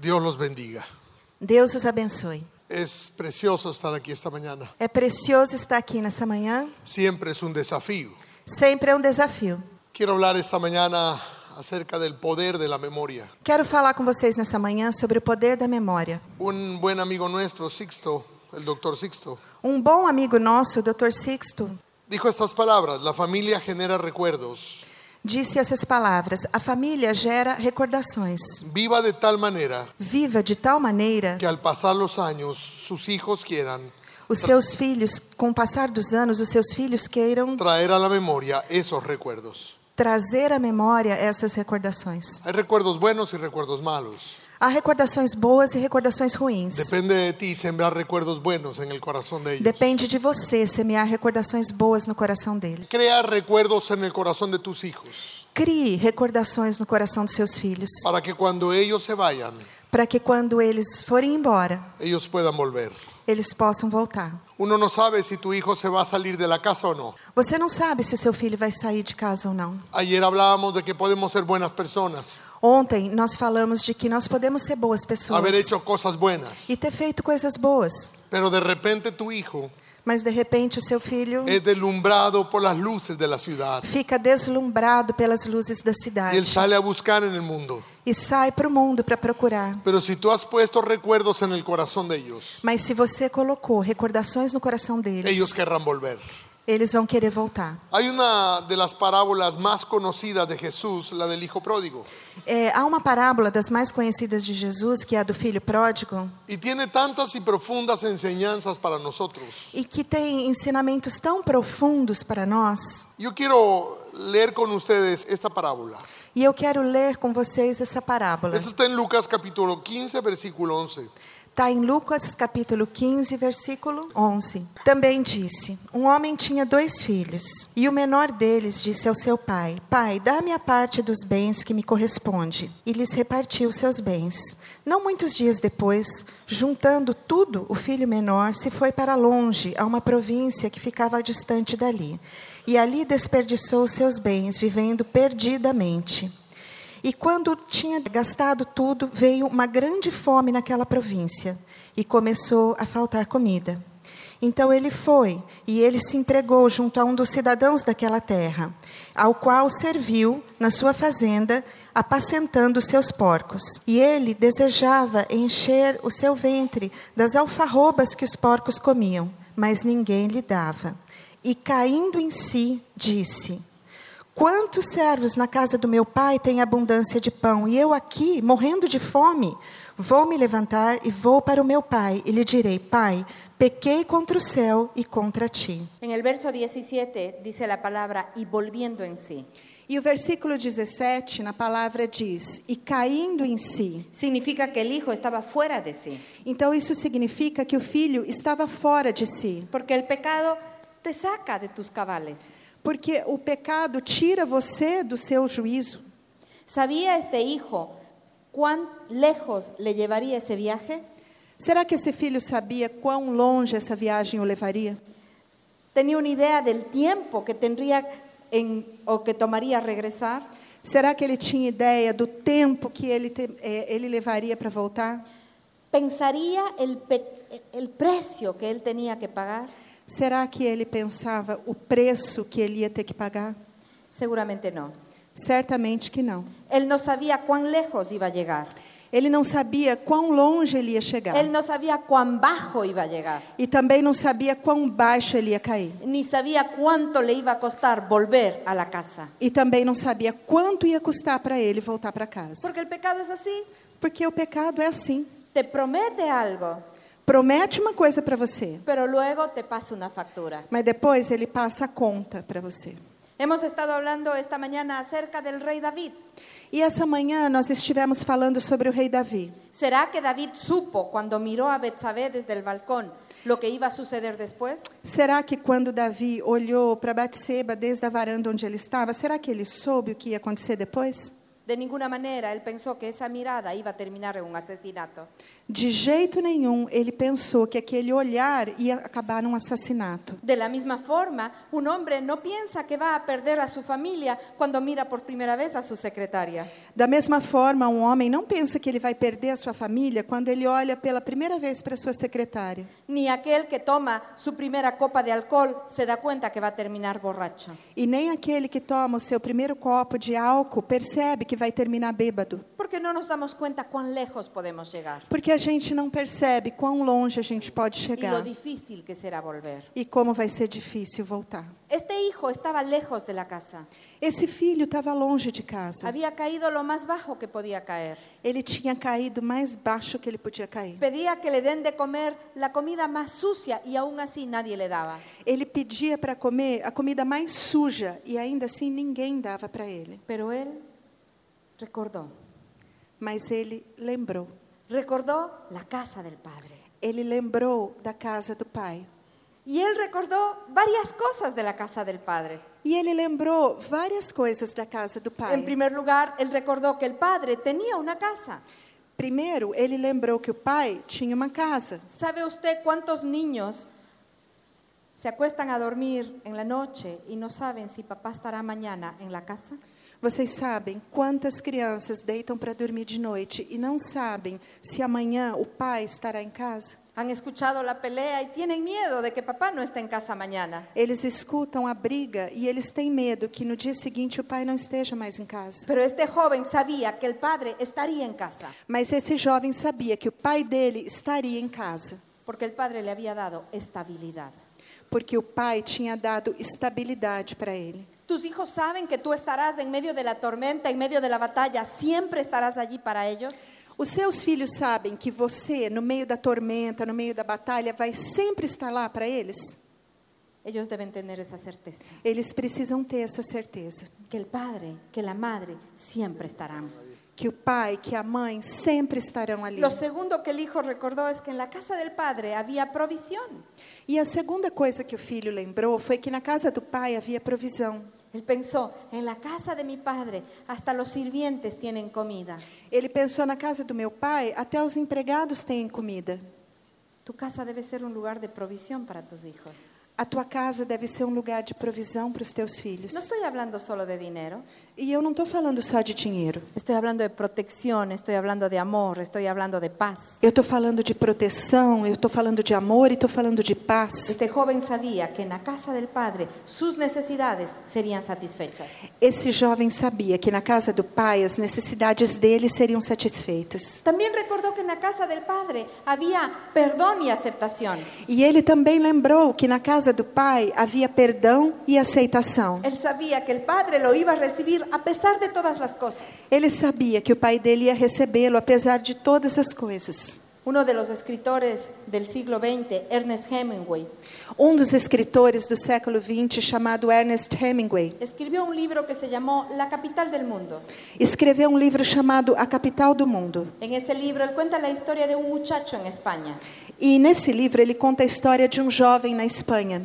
Dios los bendiga. Deus os abençoe. Es precioso estar aquí esta mañana. É precioso estar aqui nessa manhã. Siempre es un desafío. Sempre é um desafio. Quiero hablar esta mañana acerca del poder de la memoria. Quero falar com vocês nessa manhã sobre o poder da memória. Un buen amigo nuestro, Sixto, el doctor Sixto, Um bom amigo nosso, o Dr. Sixto, dijo estas palabras, la familia genera recuerdos, disse essas palavras: A família gera recordações. viva de tal manera Viva de tal maneira que al pasar los años sus hijos quieran os seus filhos, com o passar dos anos, os seus filhos queiram traer a la memoria esos recuerdos. trazer à memória essas recordações. Hay recuerdos buenos y recuerdos malos. Há recordações boas e recordações ruins. Depende de ti sembrar recuerdos buenos en el corazón de ellos. Depende de você semear recordações boas no coração dele. Crea recuerdos en el corazón de tus hijos Crie recordações no coração dos seus filhos, para que cuando ellos se vayan, para que quando eles forem embora, ellos puedan volver. eles possam voltar. Uno no sabe si tu hijo se va a salir de la casa o no. Você não sabe se o seu filho vai sair de casa ou não. Ayer hablábamos de que podemos ser buenas personas, Ontem nós falamos de que nós podemos ser boas pessoas haber hecho cosas buenas, e ter feito coisas boas, pero de repente tu hijo mas de repente o seu filho es deslumbrado por las luces de la ciudad fica deslumbrado pelas luzes da y él cidade sale a buscar en el mundo. e sai para o mundo para procurar. Pero si tú has puesto recuerdos en el corazón de ellos, Mas se você colocou recordações no coração deles, ellos querrán volver. eles vão querer voltar. Hay una de las parábolas más conocidas de Jesús, la del hijo pródigo, É, há uma parábola das mais conhecidas de Jesus, que é a do filho pródigo, y tiene tantas y profundas enseñanzas para nosotros. e que tem ensinamentos tão profundos para nós. Yo quiero leer con ustedes esta parábola. E eu quero ler com vocês essa parábola. Eso está en Lucas capítulo 15, versículo 11. Está Tá em Lucas capítulo 15, versículo 11. Também disse: Um homem tinha dois filhos, e o menor deles disse ao seu pai: Pai, dá-me a parte dos bens que me corresponde. E lhes repartiu seus bens. Não muitos dias depois, juntando tudo, o filho menor se foi para longe, a uma província que ficava distante dali. E ali desperdiçou seus bens, vivendo perdidamente. E quando tinha gastado tudo, veio uma grande fome naquela província e começou a faltar comida. Então ele foi e ele se empregou junto a um dos cidadãos daquela terra, ao qual serviu na sua fazenda, apacentando seus porcos. E ele desejava encher o seu ventre das alfarrobas que os porcos comiam, mas ninguém lhe dava. E caindo em si, disse: Quantos servos na casa do meu pai têm abundância de pão e eu aqui, morrendo de fome, vou me levantar e vou para o meu pai e lhe direi: Pai, pequei contra o céu e contra ti. En el verso 17 dice la palabra y volviendo en sí. E o versículo 17 na palavra diz: E caindo em si. Significa que el hijo estaba fuera de sí, Então isso significa que o filho estava fora de si, porque el pecado te saca de tus cabales. porque o pecado tira você do seu juízo. ¿Sabía este hijo cuán lejos le llevaría ese viaje? Será que esse filho sabia quão longe essa viagem o levaria? ¿Tenía una idea del tiempo que tendría en- o que tomaría regresar? Será que ele tinha ideia do tempo que ele, te- eh, ele levaria para voltar? ¿Pensaría el, pe- el precio que él tenía que pagar? Será que ele pensava o preço que ele ia ter que pagar? Seguramente no. Certamente que não. Él no sabía cuán lejos iba a llegar. Ele não sabia quão longe ele ia chegar. Él no sabía cuán bajo iba a llegar. E também não sabia quão baixo ele ia cair. ni sabía cuánto le iba a costar volver a la casa. E também não sabia quanto ia custar para ele voltar para casa. Porque el pecado es así, Porque o pecado é assim. te promete algo, Promete uma coisa para você, pero luego te pasa una factura. mas depois ele passa a conta para você. Hemos estado hablando esta mañana acerca del rey David. E essa manhã nós estivemos falando sobre o rei Davi. ¿Será que David supo cuando miró a Betsabé desde el balcón lo que iba a suceder después? Será que quando Davi olhou para Batseba desde a varanda onde ele estava, será que ele soube o que ia acontecer depois? De ninguna manera él pensó que esa mirada iba a terminar en un asesinato. De jeito nenhum ele pensou que aquele olhar ia acabar num assassinato. De la misma forma, un hombre no piensa que va a perder a su familia cuando mira por primera vez a su secretaria. Da mesma forma, um homem não pensa que ele vai perder a sua família quando ele olha pela primeira vez para sua secretária. Ni aquel que toma su primera copa de alcohol se da cuenta que va a terminar borracho. E nem aquele que toma o seu primeiro copo de álcool percebe que vai terminar bêbado. Porque no nos damos cuenta cuán lejos podemos llegar Porque a gente não percebe quão longe a gente pode y lo chegar difícil que será volver. e como vai ser difícil voltar. Este hijo estaba lejos de la casa. Esse filho estava longe de casa. Había caído lo más bajo que podía caer. Ele tinha caído mais baixo que ele podia cair. Pedía que le den de comer la comida más sucia y aún así nadie le daba. Ele pedia para comer a comida mais suja e ainda assim ninguém dava para ele. Pero él recordó, Mas ele lembrou. recordó la casa del Padre. Ele lembrou da casa do pai. Y él recordó varias cosas de la casa del Padre. E ele lembrou várias coisas da casa do pai. En primer lugar, él recordó que el Padre tenía una casa. Primeiro, ele lembrou que o pai tinha uma casa. ¿Sabe usted cuántos niños se acuestan a dormir en la noche y no saben si papá estará mañana en la casa? Vocês sabem quantas crianças deitam para dormir de noite e não sabem se amanhã o pai estará em casa? Han escuchado la pelea y tienen miedo de que papá no esté en casa mañana. Eles escutam a briga e eles têm medo que no dia seguinte o pai não esteja mais em casa. Pero este joven sabía que el padre estaría en casa, Mas esse jovem sabia que o pai dele estaria em casa, porque el padre le había dado estabilidad. porque o pai tinha dado estabilidade para ele. Tus hijos saben que tú estarás en medio de la tormenta, en medio de la batalla, siempre estarás allí para ellos. Os seus filhos sabem que você, no meio da tormenta, no meio da batalha, vai sempre estar lá para eles? Ellos deben tener esa certeza, Eles precisam ter essa certeza que el padre, que la madre siempre estarán. que o pai, que a mãe sempre estarão ali. Lo segundo que el hijo recordó es que en la casa del padre había provisión. E a segunda coisa que o filho lembrou foi que na casa do pai havia provisão. Él pensó, en la casa de mi padre hasta los sirvientes tienen comida. Ele pensou na casa do meu pai, até os empregados têm comida. Tu casa debe ser un lugar de provisión para tus hijos. A tua casa deve ser um lugar de provisão para os teus filhos. No estoy hablando solo de dinero, E eu não estou falando só de dinheiro. estoy hablando de protección, estoy hablando de amor, estoy hablando de paz. Eu estou falando de proteção, eu estou falando de amor e estou falando de paz. Este joven sabía que en la casa del Padre sus necesidades serían satisfechas. Esse jovem sabia que na casa do pai as necessidades dele seriam satisfeitas. También recordó que en la casa del Padre había perdón y aceptación. E ele também lembrou que na casa do pai havia perdão e aceitação. Él sabía que el Padre lo iba a recibir a pesar de todas las cosas. Ele sabia que o pai dele ia recebê-lo apesar de todas as coisas. Uno de los escritores del siglo XX, Ernest Hemingway, Um dos escritores do século XX, chamado Ernest Hemingway, escribió un libro que se llamó La capital del mundo. escreveu um livro chamado A Capital do Mundo. En ese libro él cuenta la historia de un muchacho en España. E nesse livro ele conta a história de um jovem na Espanha.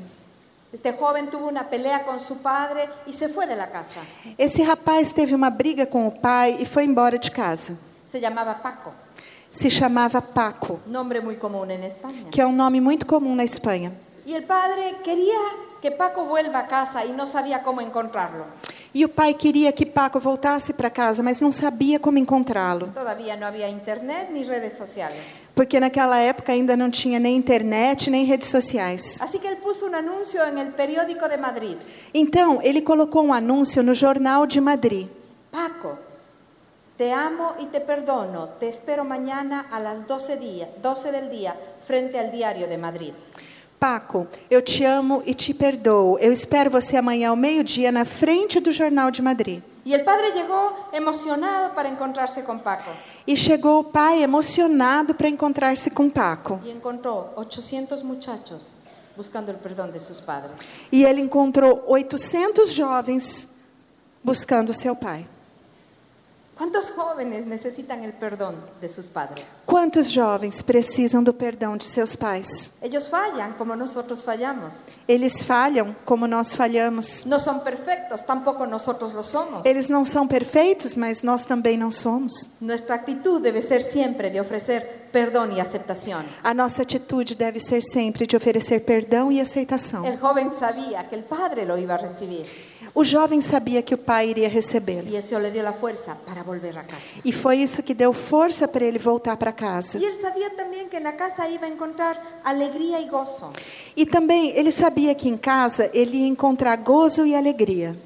Este joven tuvo una pelea con su padre y se fue de la casa. Esse rapaz teve uma briga com o pai e foi embora de casa. Se llamaba Paco, Se chamava Paco, nombre muy común en España. que é um nome muito comum na Espanha. Y el padre quería que Paco vuelva a casa y no sabía cómo encontrarlo. E o pai queria que Paco voltasse para casa, mas não sabia como encontrá-lo, Todavía no había internet ni redes sociales. porque naquela época ainda não tinha nem internet, nem redes sociais. Así que él puso un anuncio en el periódico de Madrid. Então, ele colocou um anúncio no Jornal de Madrid. Paco, te amo y te perdono. Te espero mañana a las 12, día, 12 del día frente al diario de Madrid. Paco, eu te amo e te perdoo. Eu espero você amanhã ao meio-dia na frente do Jornal de Madrid. Y el padre llegó emocionado para encontrarse con Paco E chegou o pai emocionado para encontrar-se com Paco. y encontró 800 muchachos buscando el perdón de sus padres. E ele encontrou 800 jovens buscando seu pai. ¿Cuántos jóvenes necesitan el perdón de sus padres? Quantos jovens precisam do perdão de seus pais? Ellos fallan como nosotros fallamos. Eles falham como nós falhamos. No son perfectos, tampoco nosotros lo somos. Eles não são perfeitos, mas nós também não somos. Nuestra actitud debe ser siempre de ofrecer perdón y aceptación. A nossa atitude deve ser sempre de oferecer perdão e aceitação. El joven sabía que el padre lo iba a recibir. O jovem sabia que o pai iria recebê-lo. Y eso le dio la fuerza para volver a casa. E foi isso que deu força para ele voltar para casa. Y él sabía también que en la casa iba a encontrar alegría y gozo. E também ele sabia que em casa ele ia encontrar gozo e alegria.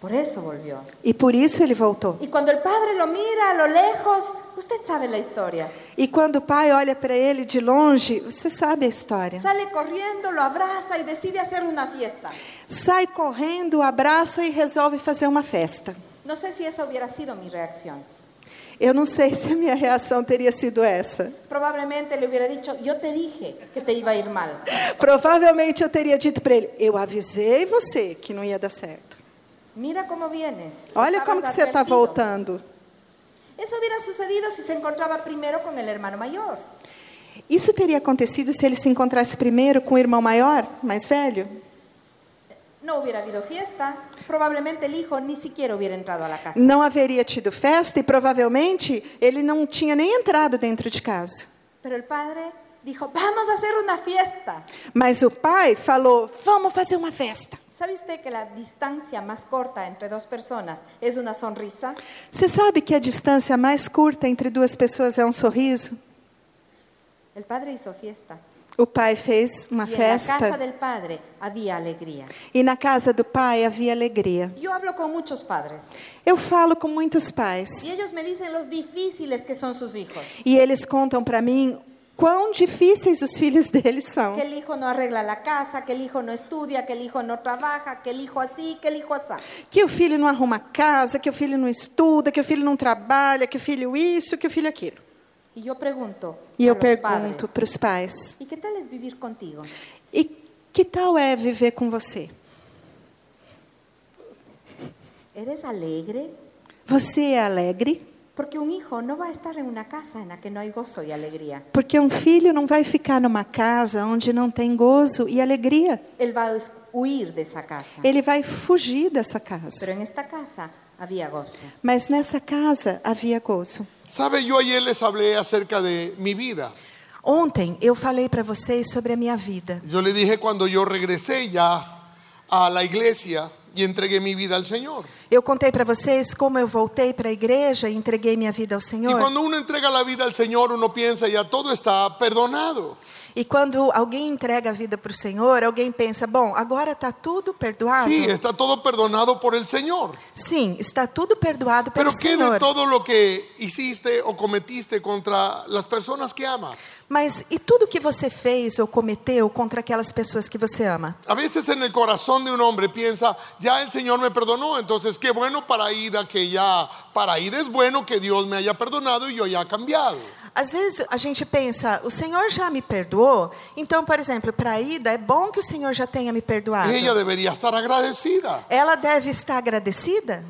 Por eso volvió. E por isso ele voltou. Y cuando el padre lo mira a lo lejos, usted sabe la historia. E quando o pai olha para ele de longe, você sabe a história. Sale corriendo, lo abraza y decide hacer una fiesta. Sai correndo, abraça e resolve fazer uma festa. No sé si esa hubiera sido mi reacción. Eu não sei se a minha reação teria sido essa. Probablemente le hubiera dicho, yo te dije que te iba a ir mal. Provavelmente eu teria dito para ele: Eu avisei você que não ia dar certo. Mira cómo vienes. Olha Estabas como que você está advertido". voltando. Eso hubiera sucedido si se encontraba primero con el hermano mayor. Isso teria acontecido se ele se encontrasse primeiro com o irmão maior, mais velho? No hubiera habido fiesta. Probablemente el hijo ni siquiera hubiera entrado a la casa. Não haveria tido festa e provavelmente ele não tinha nem entrado dentro de casa. Pero el padre dijo, vamos a hacer una fiesta. Mas o pai falou: Vamos fazer uma festa. ¿Sabe usted que la distancia más corta entre dos personas es una sonrisa? Você sabe que a distância mais curta entre duas pessoas é um sorriso? El padre hizo fiesta. O pai fez uma Y en la casa festa del padre había alegría. e na casa do pai havia alegria. Yo hablo con muchos padres Eu falo com muitos y pais ellos me dicen los difíciles que son sus hijos. e eles contam para mim quão difíceis os filhos deles são. Que el hijo no arregla la casa, que el hijo no estudia, que el hijo no trabaja, que el hijo así, que el hijo así. Que o filho não arruma casa, que o filho não estuda, que o filho não trabalha, que o filho isso, que o filho aquilo. Y yo pregunto E a eu los pergunto padres, para os pais: ¿y qué tal es vivir contigo? e que tal é viver com você? ¿Eres alegre? Você é alegre? Porque un hijo no va a estar en una casa en la que no hay gozo y alegría. Porque um filho não vai ficar numa casa onde não tem gozo e alegria. Él va a es- huir de esa casa. Ele vai fugir dessa casa. Pero en esta casa había gozo. Mas nessa casa havia gozo. Sabe, yo ayer les hablé acerca de mi vida. Ontem eu falei para vocês sobre a minha vida. Yo le dije cuando yo regresé ya a la iglesia y entregué mi vida al Señor. Eu contei para vocês como eu voltei para a igreja e entreguei minha vida ao Y Senhor. cuando uno entrega la vida al Señor, uno piensa ya todo está perdonado. E quando alguém entrega a vida para o Senhor, alguém pensa: bom, agora está tudo perdoado. Sí, está todo perdonado por el Señor. Sim, está tudo perdoado pelo Pero ¿qué de Senhor. todo lo que hiciste o cometiste contra las personas que amas? Mas e tudo que você fez ou cometeu contra aquelas pessoas que você ama? A veces en el corazón de un hombre piensa, ya el Señor me perdonó, entonces qué bueno para Ida que ya, para Ida es bueno que Dios me haya perdonado y yo ya he cambiado. Às vezes a gente pensa, o Senhor já me perdoou, então, por exemplo, para Ida, é bom que o Senhor já tenha me perdoado. Ella debería estar agradecida. Ela deve estar agradecida?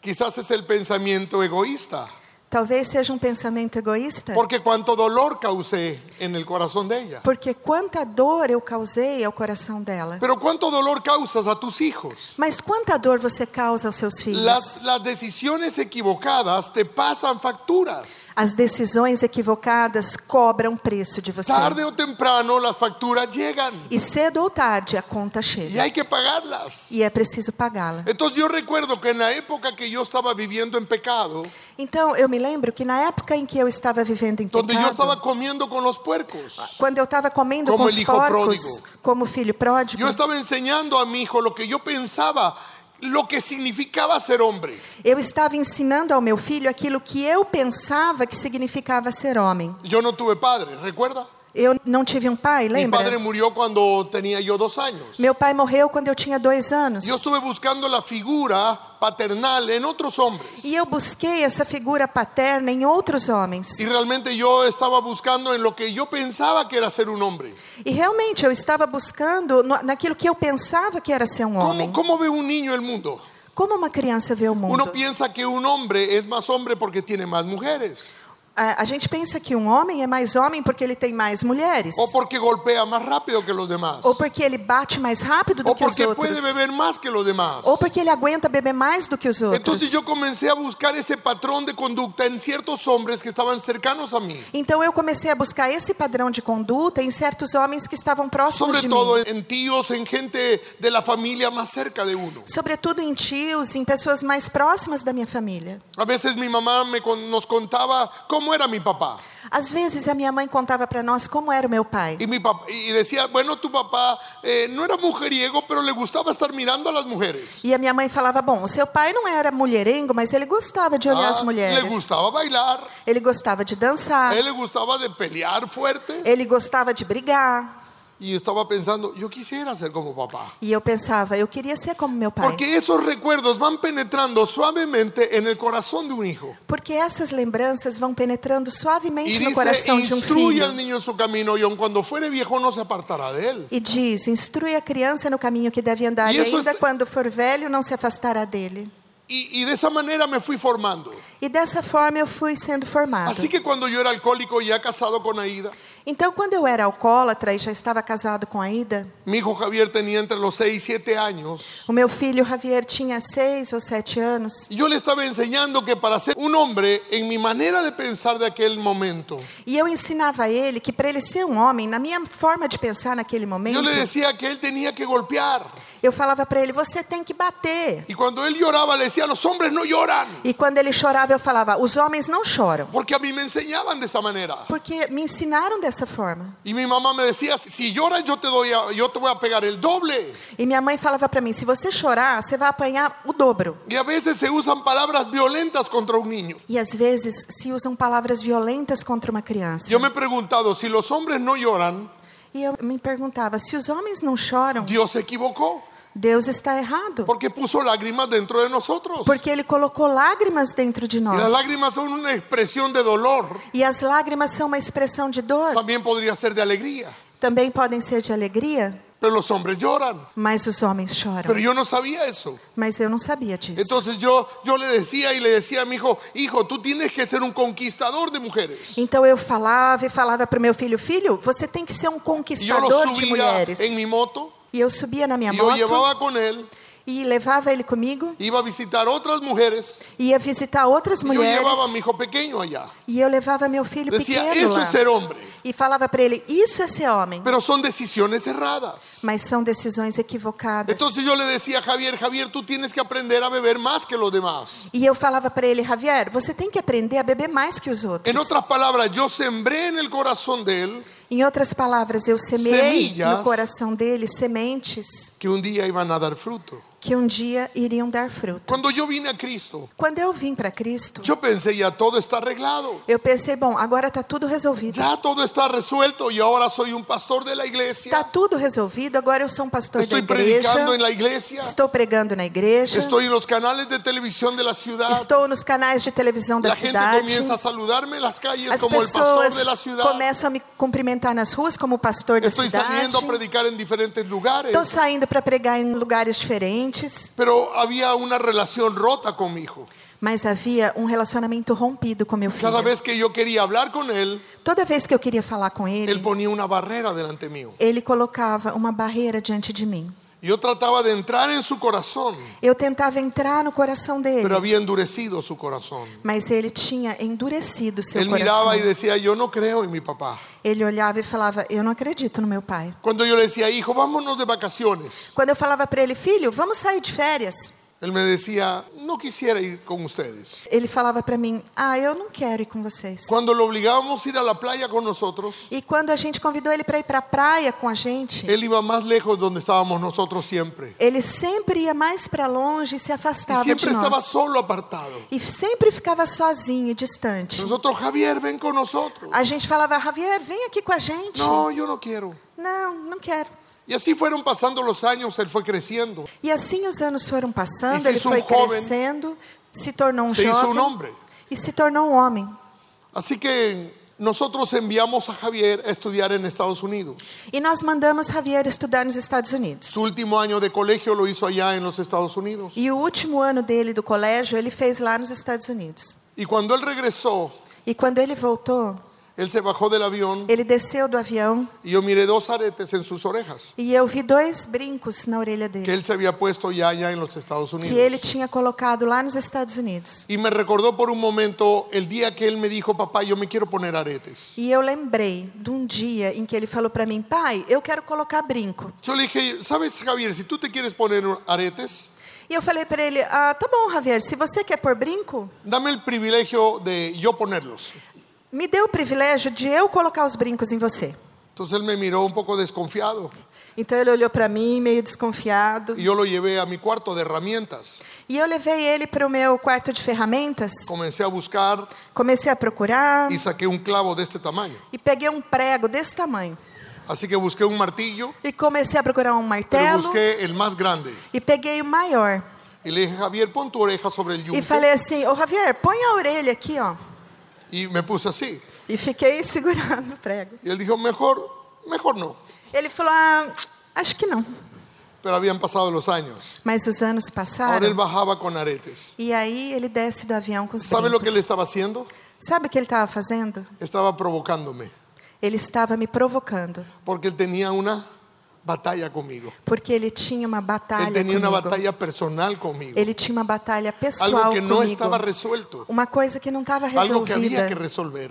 Quizás es el pensamiento egoísta, Talvez seja um pensamento egoísta. porque cuánto dolor causé en el corazón de ella. Porque quanta dor eu causei ao coração dela. Pero cuánto dolor causas a tus hijos. Mas quanta dor você causa aos seus filhos? Las, las decisiones equivocadas te pasan facturas. As decisões equivocadas cobram preço de você. Tarde o temprano las facturas llegan E cedo ou tarde a conta y chega. hay que pagarlas. E é preciso pagá-la. Entonces yo recuerdo que en la época que yo estaba viviendo en pecado, Então, eu me lembro que na época em que eu estava vivendo em donde yo estaba pecado, comiendo con los puercos, quando eu estava comendo Como com os el hijo porcos, pródigo. como filho pródigo, yo estaba enseñando a mi hijo lo que yo pensaba, lo que significaba ser hombre. eu estava ensinando ao meu filho aquilo que eu pensava que significava ser homem. Yo no tuve padre, ¿recuerda? Eu não tive um pai, Mi lembra? padre murió cuando tenía yo dos años. Meu pai morreu quando eu tinha dois anos. Yo estuve buscando la figura paternal en otros hombres. E eu busquei essa figura paterna em outros homens. Y realmente yo estaba buscando en lo que yo pensaba que era ser un hombre. E realmente eu estava buscando no- naquilo que eu pensava que era ser um homem. ¿Cómo, cómo ve un niño el mundo? Como uma criança vê o mundo? Uno piensa que un hombre es más hombre porque tiene más mujeres. A, a gente pensa que um homem é mais homem porque ele tem mais mulheres. o porque golpea más rápido que los demás, Ou porque ele bate mais rápido do o que os porque outros. puede beber más que los demás. Ou porque ele aguenta beber mais do que Então, os outros. Entonces yo comencé a buscar ese patrón de conducta en ciertos hombres que estaban cercanos a mí, Então eu comecei a buscar esse padrão de conduta em certos homens que estavam próximos sobre de todo mim. en tíos, en gente de la familia más cerca de uno. Sobretudo em tios, em pessoas mais próximas da minha família. A veces mi mamá me con- nos contaba cómo era mi papá Às vezes a minha mãe contava para nós como era o meu pai. y, mi pap- y decía, bueno, tu papá eh, no era mujeriego, pero le gustaba estar mirando a las mujeres. E a minha mãe falava: bom, o seu pai não era mulherengo, mas ele gostava de olhar Ah, as le mulheres. Ah. gustaba bailar, Ele gostava de a dançar. él le gustaba de pelear fuerte Ele gostava de brigar. y estaba pensando, yo quisiera ser como papá. E eu pensava: eu queria ser como meu pai. Porque esos recuerdos van penetrando suavemente en el corazón de un hijo. Porque essas lembranças vão penetrando Y suavemente no dice, coração de um instruye al filho. niño en su camino y aun cuando fuere viejo no se apartará de él. E diz: instrui a criança no caminho que deve andar, E e isso é ainda está- quando for velho não se afastará dele. Y, y de esa manera me fui formando. E dessa forma eu fui sendo formado. Así Assim que cuando yo era alcohólico y ya casado con Aida, Então, quando eu era alcoólatra e já estava casado com a Ida, mi hijo Javier tenía entre los 6 y 7 años. o meu filho Javier tinha seis ou sete anos, Y yo le estaba enseñando que para ser un hombre, en mi manera de pensar de aquel momento, e eu ensinava a ele que para ele ser um homem, na minha forma de pensar naquele momento, yo le decía que él tenía que golpear. eu falava para ele: você tem que bater. Y cuando él lloraba, le decía, los hombres no lloran. E quando ele chorava, eu falava: os homens não choram. Porque a mí me enseñaban de esa manera. Porque me ensinaram dessa forma. Y mi mamá me decía, si lloras yo te doy, a- yo te voy a pegar el doble. E minha mãe falava para mim: se você chorar, você vai apanhar o dobro. Y a veces se usan palabras violentas contra un niño. E às vezes se usam palavras violentas contra uma criança. Yo me he preguntado, si los hombres no lloran, E eu me perguntava: se os homens não choram, Dios se equivocó, Deus está errado. porque puso lágrimas dentro de nosotros. Porque ele colocou lágrimas dentro de Y las nós. lágrimas son una expresión de dolor, E as lágrimas são uma expressão de dor. también podría ser de alegría, Também podem ser de alegria, pero los hombres lloran. mas os homens choram. Pero yo no sabía eso. Mas eu não sabia disso. Entonces yo, yo le decía y le decía a mi hijo, hijo, tú tienes que ser un conquistador de mujeres. Então eu falava e falava para o meu filho: Filho, você tem que ser um Y yo lo conquistador de subía mulheres. en mi moto, E eu subia na minha y yo moto llevaba con él, e levava ele comigo, iba a visitar otras mujeres. ia visitar outras y Yo llevava a mi mulheres hijo pequeño allá. e eu levava meu filho Decía, pequeno esto lá. es é ser hombre. E falava para ele: Isso é ser homem, Pero son decisiones erradas. mas são decisões equivocadas. Entonces yo le decía a Javier, Javier, tú tienes que aprender a beber más que los demás. E eu falava para ele: Javier, você tem que aprender a beber mais que os outros. En otras palabras, yo sembré en el corazón de él Em outras palavras, eu semeei Semilhas. no coração dele sementes que un día iban a dar fruto. que um dia iriam dar fruto. Cuando yo vine a Cristo, Quando eu vim para Cristo, yo pensé, ya todo está arreglado. eu pensei: Bom, agora está tudo resolvido. Ya todo está resuelto y ahora soy un pastor de la Está iglesia. Tá tudo resolvido. Agora eu sou um pastor Estoy da igreja. predicando en la iglesia. Estou pregando na igreja. Estoy en los canales de televisión de la ciudad. Estou nos canais de televisão da La gente cidade. comienza a saludarme en las calles As como el pastor pessoas de la ciudad. começam a me cumprimentar nas ruas como pastor da Estoy saliendo a cidade. predicar en diferentes lugares. Estou saindo para pregar em lugares diferentes, Pero había una relación rota con mi hijo. mas havia um relacionamento rompido com meu filho. Cada vez que yo quería hablar con él, Toda vez que eu queria falar com él ele, ponía una barrera delante mío. ele colocava uma barreira diante de mim. Yo trataba de entrar en su corazón, Eu tentava entrar no coração dele, pero había endurecido su corazón. mas ele tinha endurecido seu Él coração. miraba y decía, yo no creo en mi papá. Ele olhava e falava: "Eu não acredito no meu pai". Cuando yo le decía, hijo, vámonos de vacaciones, Quando eu falava para ele: "Filho, vamos sair de férias?", él me decía, no quisiera ir con ustedes. ele falava para mim: "Ah, eu não quero ir com vocês". Cuando lo obligábamos a ir a la playa con nosotros, E quando a gente convidou ele para ir para a praia com a gente, él iba más lejos donde estábamos nosotros siempre. ele sempre ia mais para longe e se Y afastava de siempre estaba nós. solo apartado. E sempre ficava sozinho, distante. Nosotros, Javier, ven con nosotros. A gente falava, Javier, vem aqui com a gente. No, yo no quiero. não, não quero. Y así fueron pasando los años, él fue creciendo, E assim os anos foram E passando, se ele hizo um foi jovem, crescendo, se tornou um se hizo un jovem hombre. e se tornou um homem. Así que nosotros enviamos a Javier a estudiar en Estados Unidos. E nós mandamos Javier estudar nos Estados Unidos. Su último año de colegio lo hizo allá en los Estados Unidos. E o último ano dele do colégio ele fez lá nos Estados Unidos. Y cuando él regresó, E quando ele voltou, Él se bajó del avión ele desceu do avião y yo miré dos aretes en sus orejas e eu vi dois brincos na orelha que dele él se había puesto ya allá en los Estados que ele Unidos. tinha colocado lá nos Estados Unidos. Y me recordó por un momento el día que él me dijo, papá, yo me quiero poner aretes. E eu lembrei de um dia em que ele falou para mim, pai, eu quero colocar brinco. Yo le dije, sabes Javier, si tú te quieres poner aretes, E eu falei para ele, ah, tá bom, Javier, se você quer pôr brinco, dame el privilegio de yo ponerlos. me dê o privilégio de eu colocar os brincos em você. Entonces él me miró un poco desconfiado Então ele olhou para mim, meio desconfiado. y yo lo llevé a mi cuarto de herramientas. E eu levei ele para o meu quarto de ferramentas, Comencé a buscar comecei a procurar y saqué un clavo de este tamaño. e peguei um prego desse tamanho. Así que busqué un martillo, E comecei a procurar um pero martelo busqué el más grande. e peguei o maior. Y le dije, Javier, pon tu oreja sobre el E yunque. falei assim, ô Javier, põe a orelha aqui, ó. Y me puse así. E fiquei segurando o prego. Y él dijo, mejor, mejor no. Ele falou, ah, acho que não. Pero habían pasado los años. Mas os anos Ahora él passaram. bajaba con aretes. E aí ele desce do avião com os ¿Sabe lo que él brincos. estaba haciendo? Sabe o que ele estava fazendo? Estaba provocándome. Ele estava me provocando. Porque él tenía una batalla conmigo. Porque ele tinha uma batalha Él tenía una comigo. batalla personal conmigo. Ele tinha uma batalha pessoal Algo que no comigo. estaba resuelto. Uma coisa que não estava Algo que había resolvida. que resolver.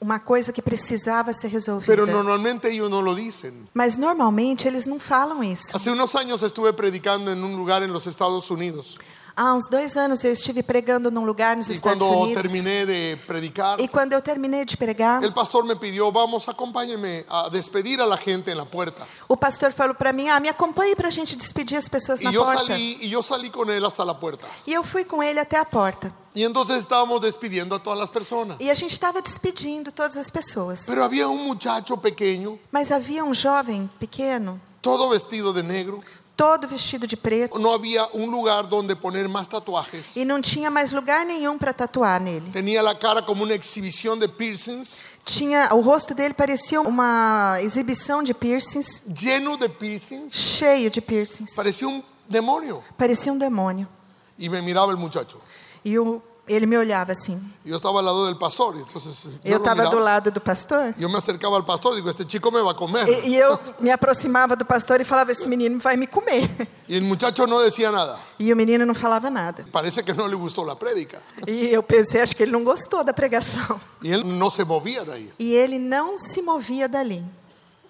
Uma coisa que precisava ser resolvida. Pero normalmente ellos no lo dicen. Mas normalmente eles não falam isso. Hace unos años estuve predicando en un lugar en los Estados Unidos. Há uns dois anos eu estive pregando num lugar nos Y Estados cuando Unidos. terminé de predicar, E quando eu terminei de pregar, el pastor me pidió, vamos, acompáñeme a despedir a la gente en la puerta. o pastor falou para mim: ah, me acompanhe para a gente despedir as pessoas na Y yo porta. salí y yo salí con él hasta la puerta. E eu fui com ele até a porta. Y entonces estábamos despidiendo a todas las personas. E a gente estava despedindo todas as pessoas. Pero había un muchacho pequeño, Mas havia um jovem pequeno, todo vestido de negro. todo vestido de preto, No había un lugar donde poner más tatuajes. e não tinha mais lugar nenhum para tatuar nele. Tenía la cara como una exhibición de piercings, Tinha o rosto dele parecia uma exibição de piercings, lleno de piercings. cheio de piercings. Parecía un demonio. Parecia um demônio. Y me miraba el muchacho. E eu, ele me olhava assim. Yo estaba al lado del pastor. y Entonces yo, lo Eu estava do miraba. lado do pastor. Yo me acercaba al pastor y digo, este chico me va a comer. E, e eu me aproximava do pastor e falava: Esse menino vai me comer. Y el muchacho no decía nada. E o menino não falava nada. Parece que no le gustó la prédica. E eu pensei: Acho que ele não gostou da pregação. Y él no se movía de ahí. E ele não se movia dali.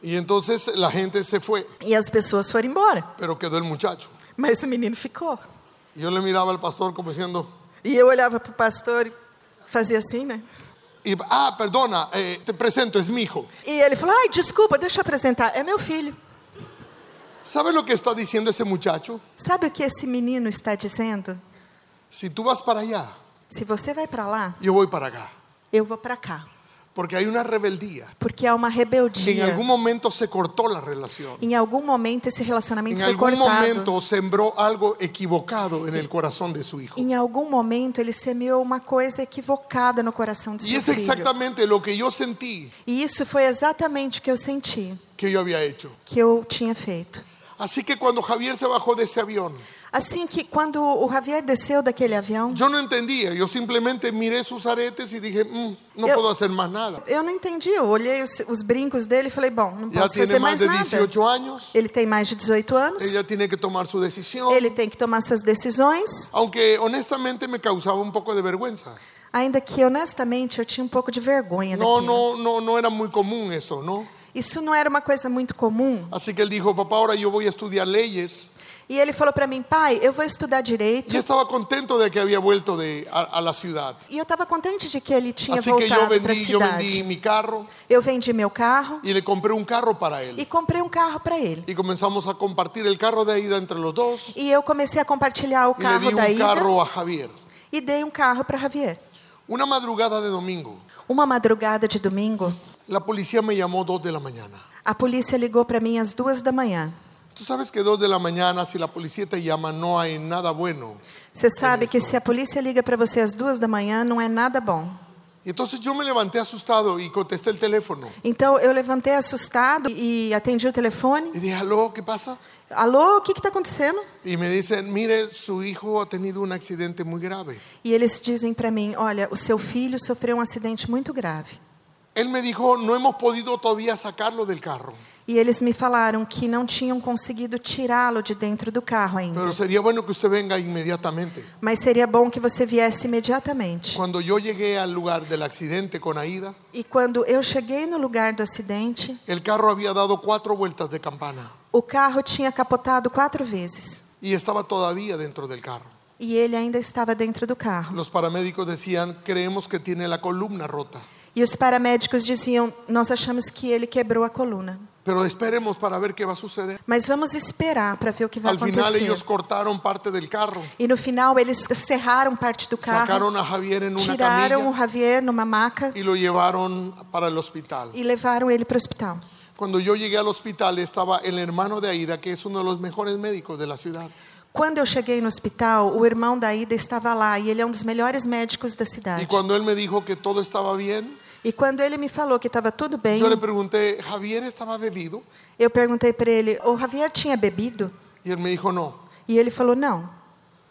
Y entonces la gente se fue, E as pessoas foram embora. pero quedó el muchacho. Mas o menino ficou. Y yo le miraba al pastor como diciendo, E eu olhava para o pastor e fazia assim, né? y- ah, perdona, eh, te presento, es mi hijo. E ele falou: Ai, desculpa, deixa eu apresentar. É meu filho. ¿Sabe lo que está diciendo ese muchacho? Sabe o que esse menino está dizendo? Si tú vas para allá, Se você vai para lá, yo voy para acá. eu vou para cá. Porque hay una rebeldía. Porque há uma Que en rebeldia. algún momento se cortó la relación. Em algum momento esse relacionamento En foi algún cortado. momento sembró algo equivocado en el corazón de su hijo. Em algum momento ele semeou uma coisa equivocada no coração de Y seu es filho. exactamente lo que yo sentí E isso foi exatamente o que eu senti, que yo había hecho. que eu tinha feito. Así que cuando Javier se bajó de ese avión, Assim que quando o Javier desceu daquele avião, yo no entendía. Yo simplemente miré sus aretes y dije, "Mm, no Yo- puedo hacer más nada. eu não entendi. Eu olhei os, os brincos dele e falei, bom, não Ya posso tiene fazer más mais de nada. 18 años. Ele tem mais é de 18 anos, Ella tiene que tomar su decisión. ele tem que tomar suas decisões, Aunque honestamente me causaba un poco de vergüenza. ainda que honestamente eu tinha um pouco de vergonha No, daquilo. no, no, no era muy común eso, ¿no? Isso não era uma coisa muito comum. Así que él dijo, papá, ahora yo voy a estudiar leyes. E ele falou para mim, pai, eu vou estudar direito. Y estaba contento de que había vuelto de, a, a la ciudad. E eu estava contente de que ele tinha Así Assim que yo voltado para a vendí, yo vendí cidade. mi carro Eu vendi meu carro y le compré un carro para él. e comprei um carro para ele. Y comenzamos a compartir el carro de ida entre los dos. E eu comecei a compartilhar o Y le di carro da un ida um carro a Javier. e dei um carro para Javier. Una madrugada de domingo, Uma madrugada de domingo, la policía me llamó dos de la mañana. a polícia ligou para mim às duas da manhã. Tú sabes que dos de la mañana, si la policía te llama, no hay nada bueno. Você sabe que se a polícia liga para você às duas da manhã, não é nada bom. Y entonces yo me levanté asustado y contesté el teléfono. Então eu levantei assustado e atendi o telefone Y dije, aló, ¿qué pasa? Alô, o que está acontecendo? Y me dicen, mire, su hijo ha tenido un accidente muy grave. E eles dizem para mim: Olha, o seu filho sofreu um acidente muito grave. Él me dijo, no hemos podido todavía sacarlo del carro, E eles me falaram que não tinham conseguido tirá-lo de dentro do carro ainda. pero sería bueno que usted venga inmediatamente. Mas seria bom que você viesse imediatamente. Cuando yo llegué al lugar del accidente con Aida, E quando eu cheguei no lugar do acidente, el carro había dado cuatro vueltas de campana o carro tinha capotado quatro vezes. y estaba todavía dentro del carro. E ele ainda estava dentro do carro. Los paramédicos decían, creemos que tiene la columna rota, E os paramédicos diziam: Nós achamos que ele quebrou a coluna. pero esperemos para ver qué va a suceder. Mas vamos esperar para ver o que vai Al final acontecer. ellos cortaram parte del carro, E no final eles cerraram parte do carro, sacaron a Javier en una tiraram o camilla Javier numa maca y lo llevaron para el hospital. e levaram ele para o hospital. Cuando yo llegué al hospital estaba el hermano de Aida, que es uno de los mejores médicos de la ciudad. Quando eu cheguei no hospital, o irmão da Ida estava lá e ele é um dos melhores médicos da cidade. Y cuando él me dijo que todo estaba bien, E quando ele me falou que estava tudo bem, yo le pregunté, ¿Javier estaba bebido? eu perguntei para ele: "O Javier tinha bebido?" Y él me dijo, no, E ele falou: "Não,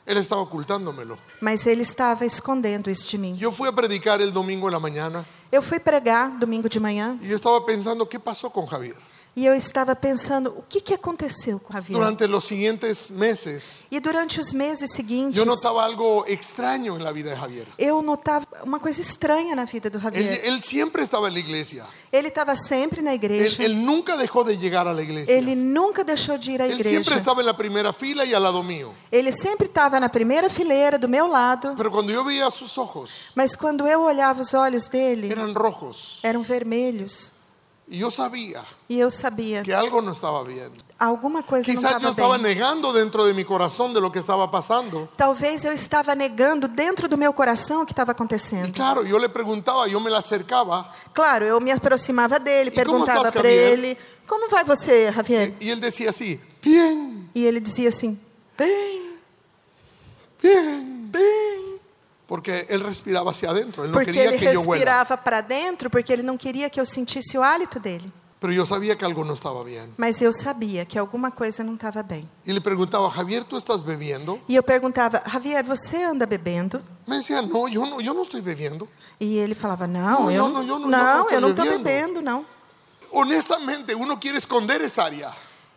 él estaba ocultándomelo. mas ele estava escondendo isso de mim." Yo fui a predicar el domingo en la mañana Eu fui pregar domingo de manhã y yo estaba pensando, ¿qué pasó con Javier? e eu estava pensando: "O que que aconteceu com o Javier?" Durante los siguientes meses, E durante os meses seguintes, yo notaba algo extraño en la vida de Javier. eu notava uma coisa estranha na vida do Él, Javier. él siempre estaba en la iglesia. Ele estava sempre na Él, igreja. él nunca dejó de llegar a la Ele iglesia. nunca deixou de ir à Él siempre igreja. estaba en la primera fila y al lado mío. Ele sempre estava na primeira fileira do meu lado, Pero cuando yo veía sus ojos, mas quando eu olhava os olhos dele, eran rojos. eram vermelhos. Y yo sabía E eu sabia que algo no estaba bien. alguma coisa não Quizás yo estava estaba bem. negando dentro de mi corazón de lo que estaba pasando. Talvez eu estava negando dentro do meu coração o que estava Y acontecendo. claro, yo le preguntaba, yo me la acercaba Claro, eu me aproximava dele, E como perguntava estás, para Javier? ele: Como vai você, Javier? y él decía así, bien, E ele dizia assim: Bem, bien, bem. porque él respiraba hacia adentro, él no Porque ele quería que yo huela. respirava para dentro, porque ele não queria que eu sentisse o hálito dele. Pero yo sabía que algo no estaba bien. Mas eu sabia que alguma coisa não estava bem. Y le preguntaba, Javier, ¿tú estás bebiendo? E eu perguntava, Javier, você anda bebendo? Me decía, no, yo no, yo no estoy bebiendo. E ele falava, não, Não, eu eu não- eu não- eu não não, tô eu não estou bebendo." bebendo, não. Honestamente, uno quiere esconder esa área.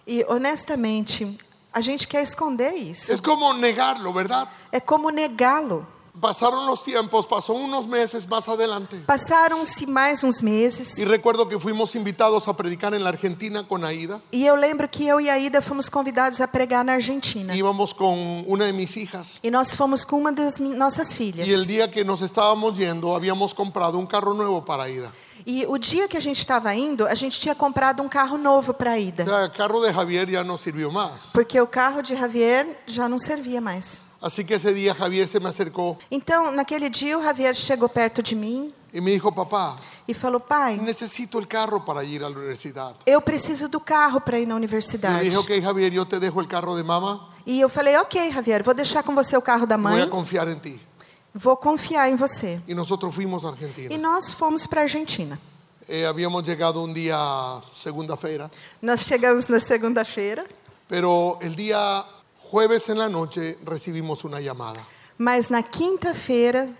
E honestamente, a gente quer esconder isso. Es como negarlo, ¿verdad? É como negá-lo. Pasaron los tiempos, pasó unos meses más adelante. Passaram-se mais uns meses Y recuerdo que fuimos invitados a predicar en la Argentina con Aida. e eu lembro que eu e a Ida fomos convidados a pregar na Argentina. Íbamos con una de mis hijas. E nós fomos com uma das mi- nossas filhas. Y el día que nos estábamos yendo, habíamos comprado un carro nuevo para Aida. E o dia que a gente estava indo, a gente tinha comprado um carro novo para a O Ida. sea, el carro de Javier ya no sirvió más. Porque o carro de Javier já não servia mais. Así que ese día Javier se me acercó Então, naquele dia, o Javier chegou perto de mim y me dijo, papá, e falou: Pai, necesito el carro para ir a la universidad. eu preciso do carro para ir na Y le universidade. dije, ok Javier, yo te dejo el carro de mamá, E eu falei: Ok, Javier, vou deixar com você o carro da voy mãe, a confiar en ti. vou confiar em você. Y nosotros fuimos a E Argentina. nós fomos para a Argentina. Eh, habíamos llegado un día, segunda feira, Nós chegamos na segunda-feira, pero el día jueves en la noche recibimos una llamada. mas na quinta-feira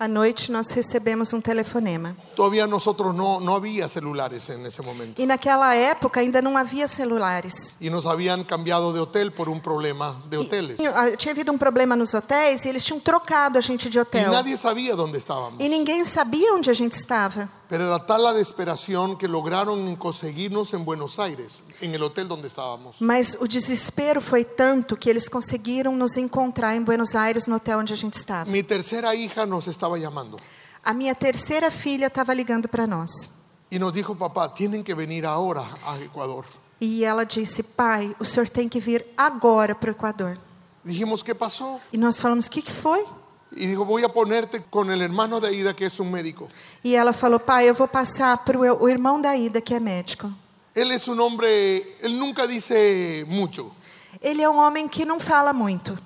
à noite nós recebemos um telefonema. Todavía nosotros no, no había celulares en ese momento. E naquela época ainda não havia celulares. Y nos habían cambiado de hotel por un problema de hoteles. Tinha, ah, tinha havido um problema nos hotéis e eles tinham trocado a gente de Y hotel. nadie sabía dónde estábamos. E ninguém sabia onde a gente estava. Pero era tal la desesperación que lograron conseguirnos en Buenos Aires, en el hotel donde estábamos. Mas o desespero foi tanto que eles conseguiram nos encontrar em Buenos Aires, no hotel onde a gente estava. Mi tercera hija nos estaba llamando A minha terceira filha estava ligando para nós. y nos dijo, papá, tienen que venir ahora a Ecuador. E ela disse: Pai, o senhor tem que vir agora para o Equador. Dijimos, ¿qué pasó? E nós falamos: O que, que foi? Y dijo, voy a ponerte con el hermano de Aida, que es un médico. E ela falou: Pai, eu vou passar para o irmão da Ida, que é médico. Él es un hombre, él nunca dice mucho, Ele é um homem que não fala muito.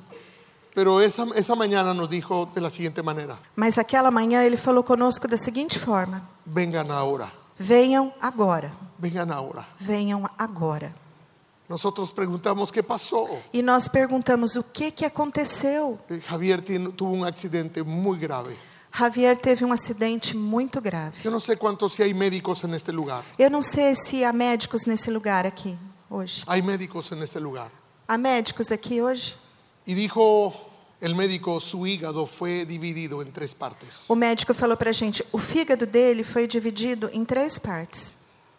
pero esa, esa mañana nos dijo de la siguiente manera, Mas aquela manhã ele falou conosco da seguinte forma: vengan ahora, Venham agora. vengan ahora. Venham agora. Nosotros preguntamos qué pasó. E nós perguntamos o que, que aconteceu. Eh, Javier tiene- tuvo un accidente muy grave. Javier teve um acidente muito grave. Yo no sé cuántos si hay médicos en este lugar. Eu não sei se há médicos nesse lugar aqui hoje. Hay médicos en este lugar. Há médicos aqui hoje? Y dijo el médico, su hígado fue dividido en tres partes. O médico falou para a gente: o fígado dele foi dividido em três partes.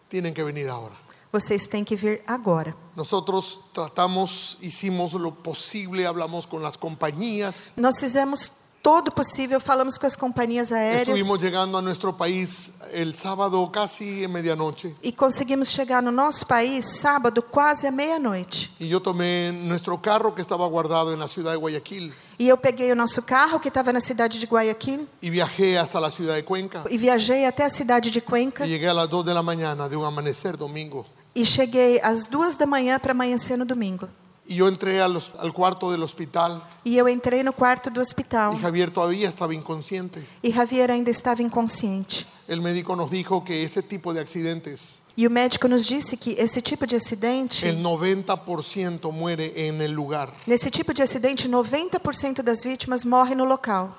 Tienen que venir ahora. Vocês têm que vir agora. Nosotros tratamos, hicimos lo posible, hablamos con las compañías. Nós fizemos todo o possível, falamos com as companhias aéreas Estuvimos llegando a nuestro país el sábado casi en medianoche. e conseguimos chegar no nosso país sábado quase à meia-noite. Y yo tomé nuestro carro que estaba guardado en la ciudad de Guayaquil E eu peguei o nosso carro que estava na cidade de Guayaquil y viajé hasta la ciudad de Cuenca. e viajei até a cidade de Y Cuenca llegué a las 2 de la mañana de un amanecer domingo. e cheguei às duas da manhã para amanhecer no domingo. Y yo entré al hos- al cuarto del hospital E eu entrei no quarto do hospital y Javier todavía estaba inconsciente. e Javier ainda estava inconsciente. El médico nos dijo que ese tipo de accidentes, E o médico nos disse que esse tipo de acidente, el 90% muere en el lugar. nesse tipo de acidente, 90% das vítimas morrem no local.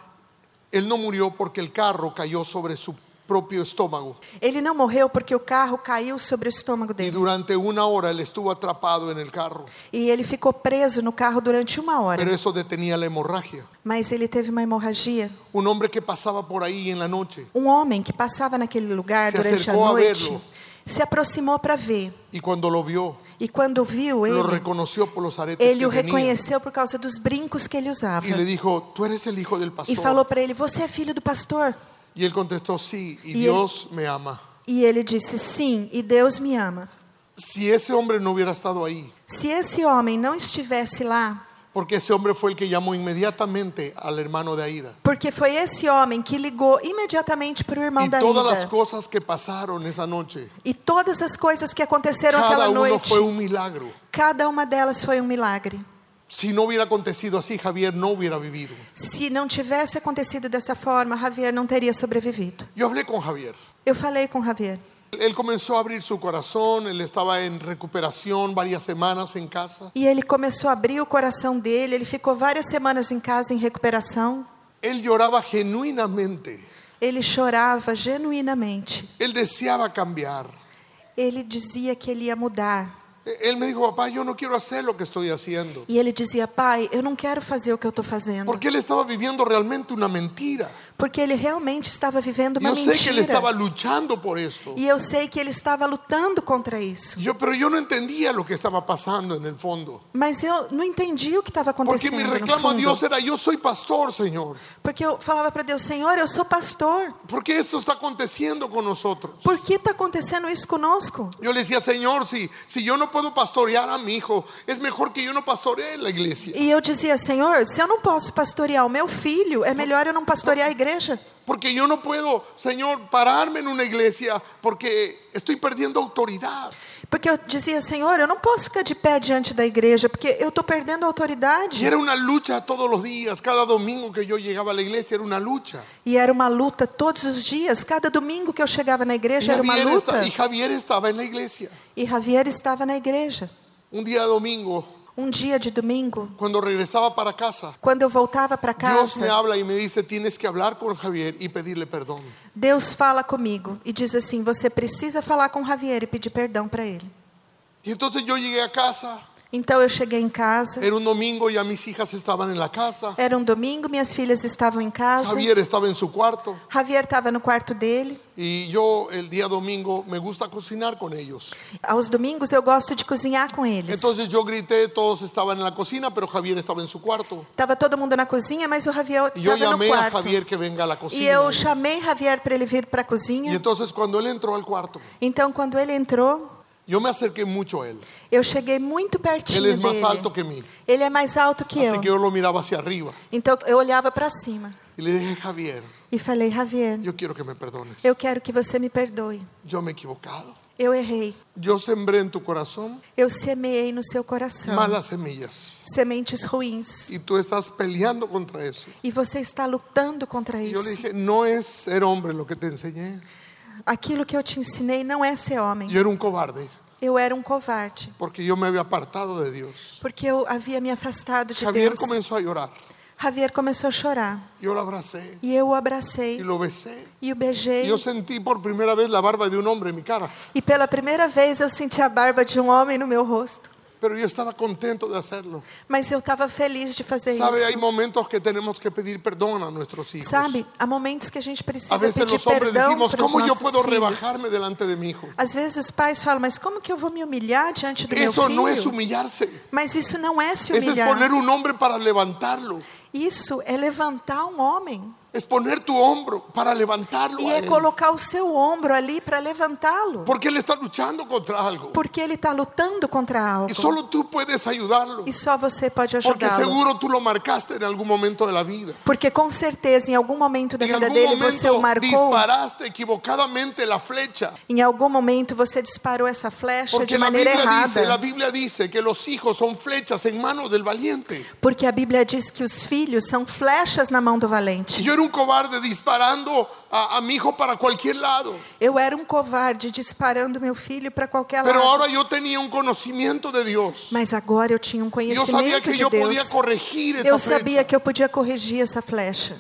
Él no murió porque el carro cayó sobre su propio estómago Ele não morreu porque o carro caiu sobre o estômago y dele. durante una hora él estuvo atrapado en el carro, E ele ficou preso no carro durante uma hora. pero eso detenía la hemorragia. Mas ele teve uma hemorragia. Un hombre que pasaba por ahí en la noche Um homem que passava naquele lugar Se durante a acercou a noite vê-lo. se aproximou para ver. y cuando lo vio, E quando lo viu ele, reconoció por los aretes ele que o tenía reconheceu por causa dos brincos que ele usava. y le dijo, tú eres el hijo del E pastor. falou para ele: Você é filho do pastor? Y él contestó, sí, y, Y él- Dios me ama. E ele disse: Sim, e Deus me ama. Si ese hombre no hubiera estado ahí, Se esse homem não estivesse lá, porque ese hombre fue el que llamó inmediatamente al hermano de Aida. porque foi esse homem que ligou imediatamente para o irmão Y da todas las Ida. cosas que pasaron esa noche, E todas as coisas que aconteceram cada um aquela uno noite, fue un milagro. cada uma delas foi um milagre. Si no hubiera acontecido así, Javier no hubiera vivido. Se não tivesse acontecido dessa forma, Javier não teria sobrevivido. Yo hablé con Javier. Eu falei com Javier. Él comenzó a abrir su corazón, él estaba en recuperación varias semanas en casa. E ele começou a abrir o coração dele. Ele ficou várias semanas em casa em recuperação. Él lloraba genuinamente, Ele chorava genuinamente. él deseaba cambiar. E, Ele dizia que ele ia mudar. Él me dijo, papá, yo no quiero hacer lo que estoy haciendo. E ele dizia, pai, eu não quero fazer o que eu estou fazendo. Porque él estaba viviendo realmente una mentira. Porque ele realmente estava vivendo uma Yo sé que él mentira. estaba luchando por esto. E eu sei que ele estava lutando contra isso. Yo, pero yo no entendía lo que estaba pasando en el fondo. Mas eu não entendi o que estava Porque acontecendo. mi no reclamo a fundo. Dios era, yo soy pastor, Señor. Porque eu falava para Deus, Senhor, eu sou pastor. ¿Por qué esto está aconteciendo con nosotros? Por que está acontecendo isso conosco? Yo le decía, Señor, si, si yo no puedo pastorear a mi hijo, es mejor que yo no pastoree la iglesia. E eu dizia, Senhor, se eu não posso pastorear o meu filho, é melhor eu não pastorear a igreja. Porque yo no puedo, Señor, pararme en una iglesia porque estoy perdiendo autoridad. Porque eu dizia, Senhor, eu não posso ficar de pé diante da igreja, porque eu estou perdendo Y a autoridade. era una lucha todos los días, cada domingo que yo llegaba a la iglesia era una lucha. E era uma luta todos os dias. Cada domingo que eu chegava na Y igreja era uma Javier, luta. esta- y Javier estaba en la iglesia. E Javier estava na igreja. Un día domingo, Um dia de domingo, cuando regresaba para casa, quando eu voltava para Dios me casa, habla y me dice, tienes que hablar con Javier y pedirle perdón. Deus fala comigo e diz assim: Você precisa falar com Javier e pedir perdão para ele. Y entonces yo llegué a casa, Então eu cheguei em casa. era un domingo, ya mis hijas estaban en la casa. Era um domingo, minhas filhas estavam em casa. Javier estaba en su cuarto Javier estava no quarto dele. y yo el día domingo me gusta cocinar con ellos. Aos domingos eu gosto de cozinhar com eles. Entonces yo grité, todos estaban en la cocina, pero Javier estaba en su cuarto. Tava todo mundo na cozinha, mas o Javier Y yo estava no llamé a quarto. Javier que venga a la E cocina. eu chamei Javier para ele vir para a Y cozinha. entonces cuando él entró al cuarto, Então quando ele entrou, yo me acerqué mucho a él. eu cheguei muito pertinho Él es dele. más alto que mí, Ele é mais alto que así eu. que yo lo miraba hacia arriba. Então eu olhava para cima Y le dije, Javier, e falei: Javier, yo quiero que me perdones. eu quero que você me perdoe. Yo me he equivocado. Eu errei. Yo sembré en tu corazón Eu semeei no seu coração malas semillas. sementes ruins. Y tú estás peleando contra eso. E você está lutando contra Y yo isso. le dije, no es ser hombre lo que te enseñé. Aquilo que eu te ensinei não é ser homem. Yo era un cobarde. Eu era um covarde, porque yo me había apartado de Dios. porque eu havia me afastado de Javier Deus. comenzó a llorar. Javier começou a chorar. Yo lo abracé E eu o y abracei lo besé. e o beijei. Yo sentí por primera vez la barba de un hombre en mi cara, E pela primeira vez eu senti a barba de um homem no meu rosto. pero yo estaba contento de hacerlo. Mas eu estava feliz de fazer Sabe, hay isso. momentos que tenemos que pedir perdón a nuestros hijos. Sabe, há momentos que a gente precisa A veces pedir los hombres perdão decimos, para os ¿cómo yo nossos puedo filhos. rebajarme delante de mi hijo? Às vezes os pais falam, mas como que eu vou me humilhar diante do meu Eso filho? no es humillarse. Mas isso não é Eso se es humilhar. poner un hombre para levantarlo. Isso é levantar um homem Es poner tu hombro para levantarlo. e a é él. colocar o seu ombro ali para levantá-lo, Porque él está luchando contra algo. porque ele está lutando contra algo. Y solo tú puedes ayudarlo. E só você pode Porque ajudá-lo. seguro tú lo marcaste en algún momento de la vida. Porque com certeza em algum momento da En vida algún dele você momento o marcou. disparaste equivocadamente la flecha. Em algum momento você disparou essa flecha de Porque la maneira Biblia, dice, la errada. Biblia dice que los hijos son flechas en manos del valiente. Porque a Bíblia diz que os filhos são flechas na mão do Y valente. Yo era un cobarde disparando a, a mi hijo para cualquier lado. Eu era um covarde disparando meu filho para qualquer Pero lado. ahora yo tenha un conocimiento de Dios. Mas agora eu tinha um Yo sabía conhecimento que de yo podía Deus. corregir esa Eu sabia flecha. que eu podia corrigir essa flecha.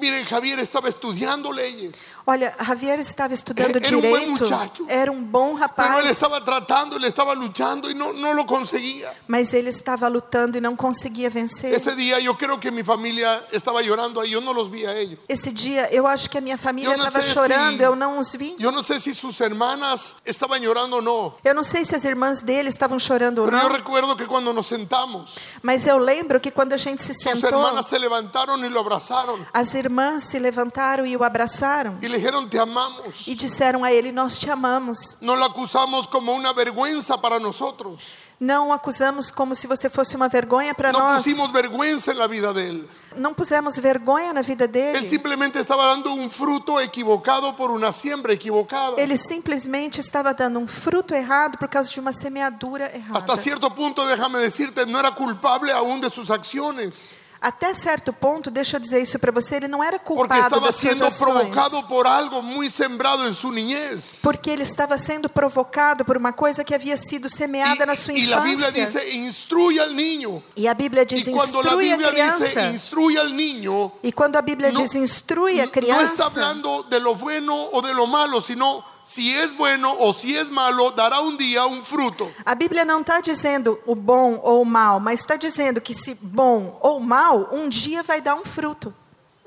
Miren, Javier estaba estudiando leyes, Olha, Javier estava estudando Era um bom direito, muchacho. era um bom pero él rapaz, estaba tratando, él estaba luchando y no, no lo conseguía. mas ele estava lutando e não conseguia vencer. Ese día yo creo que mi familia estaba llorando ahí, yo no los vi a ellos. Esse dia, eu acho que a minha família Eu não estava sei se- chorando, eu não os vi. Yo no sé si sus hermanas estaban llorando o no, Eu não sei se as irmãs dele estavam chorando ou pero yo não, recuerdo que cuando nos sentamos, mas eu lembro que quando a gente se sus sentou, hermanas se levantaron y lo abrazaron as irmãs se levantaram e o abraçaram y le dijeron, te amamos. e disseram a ele: Nós te amamos. No lo acusamos como una vergüenza para nosotros. Não o acusamos como se você fosse uma vergonha para No nós. pusimos vergüenza en la vida de él. Não pusemos vergonha na vida Él dele. simplemente estaba dando un fruto equivocado por una siembra equivocada. Ele simplesmente estava dando um fruto errado por causa de uma semeadura errada. Hasta cierto punto, déjame decirte, no era culpable aún de sus acciones, Até certo ponto, deixa eu dizer isso para você, ele não era porque culpado estaba das suas siendo ações. provocado por algo muy sembrado en su niñez. Porque ele estava sendo provocado por uma coisa que havia sido semeada na sua Y, y la Biblia infância. dice, instruye al niño. E a Bíblia diz: Y cuando la instrui a Bíblia dice, criança. instruye al niño, E quando a Bíblia No- diz instrui a no está criança, hablando de lo bueno o de lo malo, sino si es bueno o si es malo, dará un día un fruto. a Bíblia não está dizendo o bom ou o mal, mas está dizendo que se bom ou mal, um dia vai dar um fruto.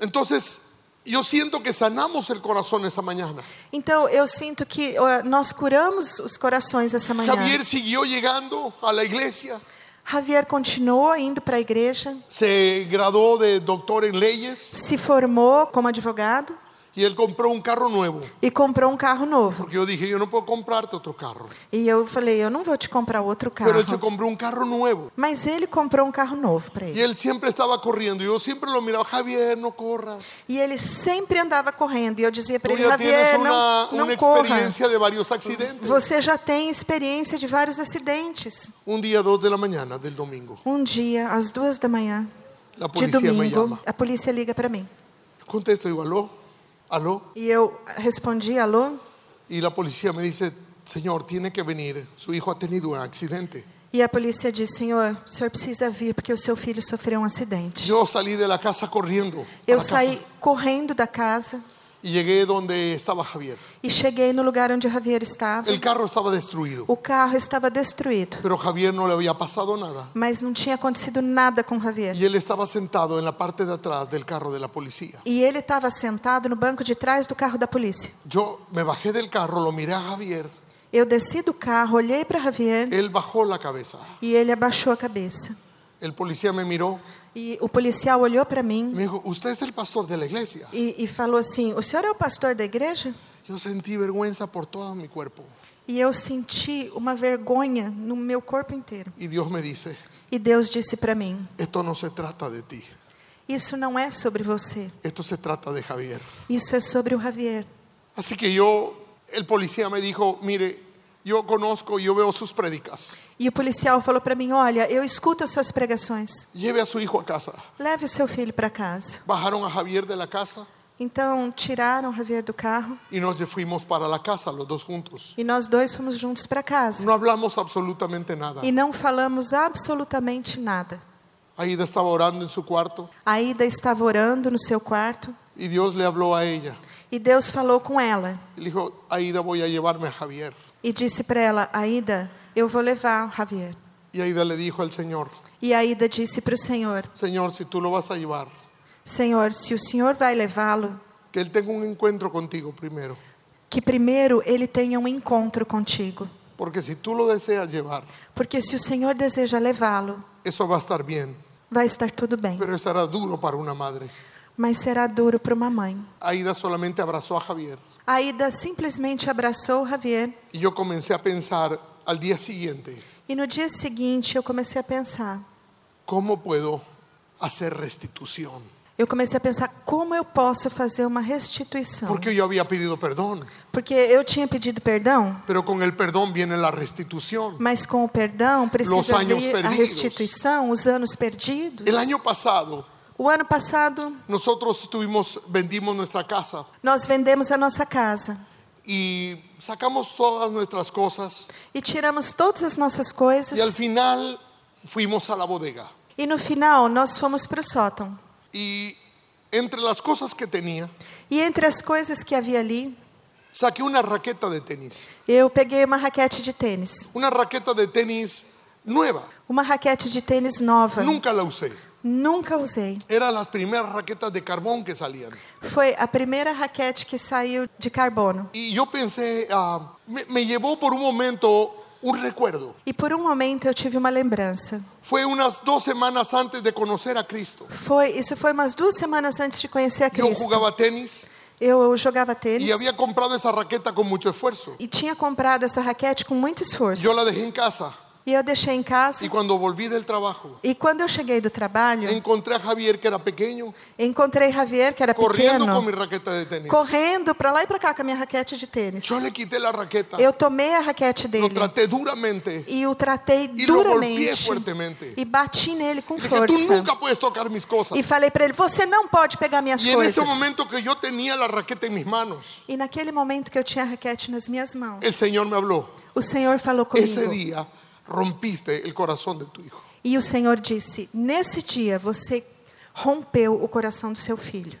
Entonces, yo siento que sanamos el corazón esa mañana. Então, eu sinto que ó, nós curamos os corações essa manhã. Javier siguió llegando a la iglesia, Javier continuou indo para a igreja, se graduó de doctor en leyes se formou como advogado y él compró un carro nuevo. e comprou um carro novo. Porque yo dije, yo no puedo comprarte outro carro. E eu falei, eu não vou te comprar outro Pero él se carro. compró un carro nuevo. Mas ele comprou um carro novo para Y ele. él siempre estaba corriendo. Yo siempre lo miraba, Javier, no corras. E ele sempre andava correndo. E eu dizia para Tú ele, ya tienes Javier, una, não, não una corra. experiencia de varios accidentes. Você já tem experiência de vários acidentes. Un día, dos de la mañana del domingo, Um dia, às duas da manhã, la de policía me domingo, llama. a polícia liga para mim. Contesto, digo, aló, aló. E eu respondi, alô? Y la policía me dice, señor, tiene que venir. Su hijo ha tenido un accidente. E a polícia diz: Senhor, o senhor precisa vir porque o seu filho sofreu um acidente. Yo salí de la casa corriendo. para Eu casa. saí correndo da casa y llegué donde estaba Javier. e cheguei no lugar onde Javier estava. El carro estaba destruido, O carro estava destruído, pero Javier no le había pasado nada. mas não tinha acontecido nada com Javier. Y él estaba sentado en la parte de atrás del carro de la policía. E ele estava sentado no banco de trás do carro da polícia. Yo me bajé del carro, lo miré a Javier. Eu desci do carro, olhei para Javier Él bajó la cabeza. e ele abaixou a cabeça. El policía me miró E o policial olhou para y mim me dijo, usted es el pastor de la iglesia. e, e falou assim: O senhor é o pastor da igreja? Yo sentí vergüenza por todo mi cuerpo. E eu senti uma vergonha no meu corpo inteiro. Y Dios me dice, E Deus disse para mim: esto no se trata de ti, Isso não é sobre você. esto se trata de Javier. Isso é sobre o Javier. Así que yo, el policía me dijo, mire, yo conozco, yo veo sus prédicas. E o policial falou para mim: Olha, eu escuto as suas pregações. Lleve a su hijo a casa. Leve o seu filho para casa. Bajaron a Javier de la casa, Então tiraram o Javier do carro y nos fuimos para la casa los dos juntos. e nós dois fomos juntos para casa. No hablamos absolutamente nada. E não falamos absolutamente nada. Aida estaba orando en su cuarto A Ida estava orando no seu quarto y Dios le habló a ella. e Deus falou com ela Y le dijo, Aida voy a llevarme a Javier. e disse para ela: Aida, eu vou levar o Javier. Y Aida le dijo al Señor, E a Ida disse para o Senhor: Señor, si tú lo vas a llevar, Senhor, se o Senhor vai levá-lo, que él tenga un encuentro contigo primero. que primeiro ele tenha um encontro contigo. Porque si tú lo deseas llevar, Porque se o Senhor deseja levá-lo, eso va a estar bien, vai estar tudo bem. pero estará duro para una madre. Mas será duro para uma mãe. Aida solamente abrazó a Javier A Ida simplesmente abraçou o Javier y yo comencé a pensar al día siguiente, e no dia seguinte eu comecei a pensar. ¿cómo puedo hacer restitución? Eu comecei a pensar como eu posso fazer uma restituição. Porque yo había pedido perdón, Porque eu tinha pedido perdão, pero con el perdón viene la restitución. mas com o perdão Los precisa años vir a perdidos. restituição, os anos perdidos. El año pasado O ano passado nosotros tuvimos, vendimos nuestra casa nós vendemos a nossa casa y sacamos todas nuestras cosas e tiramos todas as nossas coisas y al final fuimos a la bodega. e no final nós fomos para o sótão. Y entre las cosas que tenía, E entre as coisas que havia ali, saqué una raqueta de tenis. eu peguei uma raquete de tênis, Una raqueta de tenis nueva. uma raquete de tênis nova. Nunca la usé. Nunca usei. Eran las primeras raquetas de carbón que salían. Foi a primeira raquete que saiu de carbono. Y yo pensé, ah, me, me llevó por un momento un recuerdo. E por um momento eu tive uma lembrança. Fue unas dos semanas antes de conocer a Cristo. Foi, isso foi umas duas semanas antes de conhecer a Yo Cristo. jogaba tenis Eu, eu jogava tênis y había comprado esa raqueta con mucho esfuerzo. e tinha comprado essa raquete com muito esforço. Yo la dejé en casa E eu deixei em casa. y cuando volví del trabajo, E quando eu cheguei do trabalho, encontré a Javier que era pequeño, encontrei Javier, que era corriendo pequeno, con mi raqueta de tenis. correndo para lá e para cá com a minha raquete de tênis. Yo le quité la raqueta, Eu tomei a raquete lo dele traté duramente e o tratei y lo golpeé duramente fuertemente. e bati nele com Dije, tú força. nunca puedes tocar mis cosas. E falei para ele: "Você não pode pegar minhas Y en ese coisas". é momento que yo tenía la raqueta en mis manos, E naquele momento que eu tinha a raquete nas minhas mãos, el Señor me habló. o Senhor falou Ese comigo. día rompiste el corazón de tu hijo. E o Senhor disse: Nesse dia você rompeu o coração do seu filho.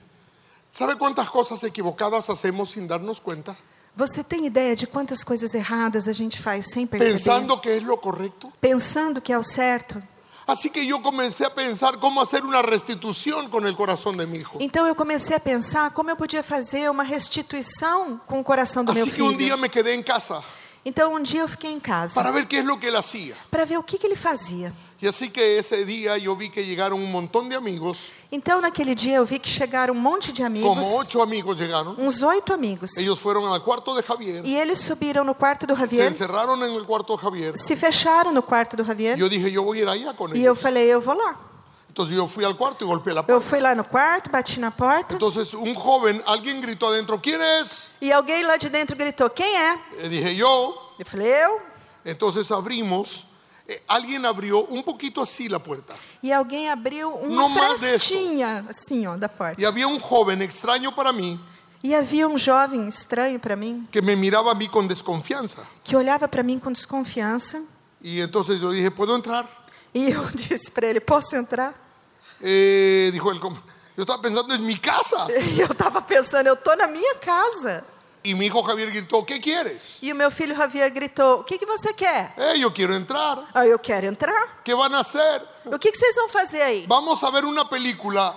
¿Sabe cuántas cosas equivocadas hacemos sin darnos cuenta? Pues Você tem ideia de quantas coisas erradas a gente faz sem perceber? Pensando que es lo correcto. Pensando que é o certo. Así que yo comencé a pensar cómo hacer una restitución con el corazón de mi hijo. Então eu comecei a pensar como eu podia fazer uma restituição com o coração do meu Así Assim que um filho. un día me quedé en casa Então um dia eu fiquei em casa para ver qué es lo que él hacía. para ver o que, que ele fazia. Y así que ese día yo vi que llegaron un montón de amigos, Então naquele dia eu vi que chegaram um monte de amigos, como ocho amigos llegaron. uns oito amigos. Ellos fueron al cuarto de Javier, E eles subiram no quarto do se Javier, encerraron en el cuarto de Javier. se fecharam no quarto do Javier. Yo dije, yo voy a ir allá con E eu ellos. falei, eu vou lá. Entonces yo fui al cuarto y golpeé la Eu puerta. fui lá no quarto, bati na porta Entonces un joven, alguien gritó adentro, ¿quién es? e alguém lá de dentro gritou: Quem é? Eh, dije yo. Eu falei: Eu. Entonces abrimos. Eh, alguien abrió un poquito así la puerta. E alguém abriu uma No mais frestinha, assim, ó, da porta. Y había un joven extraño para mí E havia um jovem estranho para mim, que me miraba a mí con desconfianza. que olhava para mim com desconfiança. Y entonces yo dije, ¿puedo entrar? E eu disse para ele: Posso entrar? Eh, dijo él, "¿Cómo?". yo estaba pensando, es mi casa. E eu estava pensando: Eu tô na minha casa. Y mi hijo Javier gritó, ¿qué quieres? E o meu filho Javier gritou: O que, que você quer? Eh, yo quiero entrar. Ah, eu quero entrar. ¿Qué van a hacer? O que, que vocês vão fazer aí? Vamos a ver una película.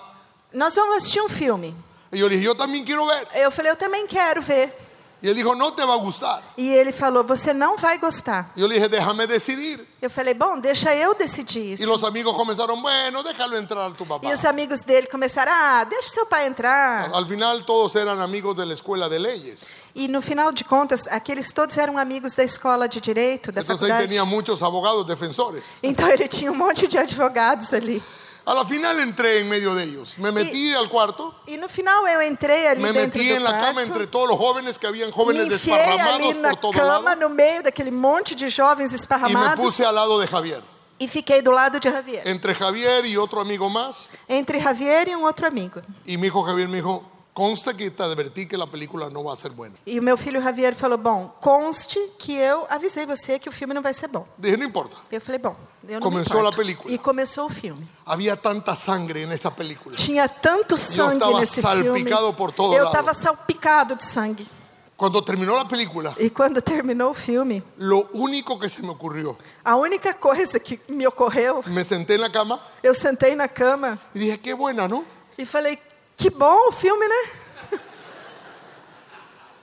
Nós vamos assistir um filme. Y yo le dije, yo también quiero ver. Eu falei: Eu também quero ver. Y él dijo, no te va a gustar. E ele falou: Você não vai gostar. Yo le dije, déjame decidir. Eu falei: Bom, deixa eu decidir Y isso. los amigos comenzaron, bueno, déjalo entrar tu papá. E os amigos dele começaram: Ah, deixa seu pai entrar. Al final todos eran amigos de la escuela de leyes. E no final de contas, aqueles todos eram amigos da escola de direito, da Entonces ahí faculdade. tenía muchos abogados defensores. Então ele tinha um monte de advogados ali. A la final entré en medio de ellos. Me metí al cuarto, E no final eu entrei ali me dentro metí do en la quarto, cama entre todos los jóvenes que habían me jóvenes enfiei ali desparramados na por todos cama, lados no meio daquele monte de jovens y me esparramados, puse al lado de Javier. e fiquei do lado de Javier, Entre Javier y otro amigo más. entre Javier e um outro amigo. Y mi hijo Javier me dijo, Consta que te advertí que la película no va a ser buena. E o meu filho Javier falou: Bom, conste que eu avisei você que o filme não vai ser bom. Dije, no importa. Eu falei: Bom, eu não me Começou importo." a película. E começou o filme. Había tanta sangre en esa película. Tinha tanto sangue estava nesse salpicado filme. por todo eu lado. estava salpicado de sangue. Cuando terminó la película, E quando terminou o filme, lo único que se me ocurrió, a única coisa que me ocorreu, me senté en la cama eu sentei na cama y dije, qué buena, ¿no? e falei: Que bom o filme, né?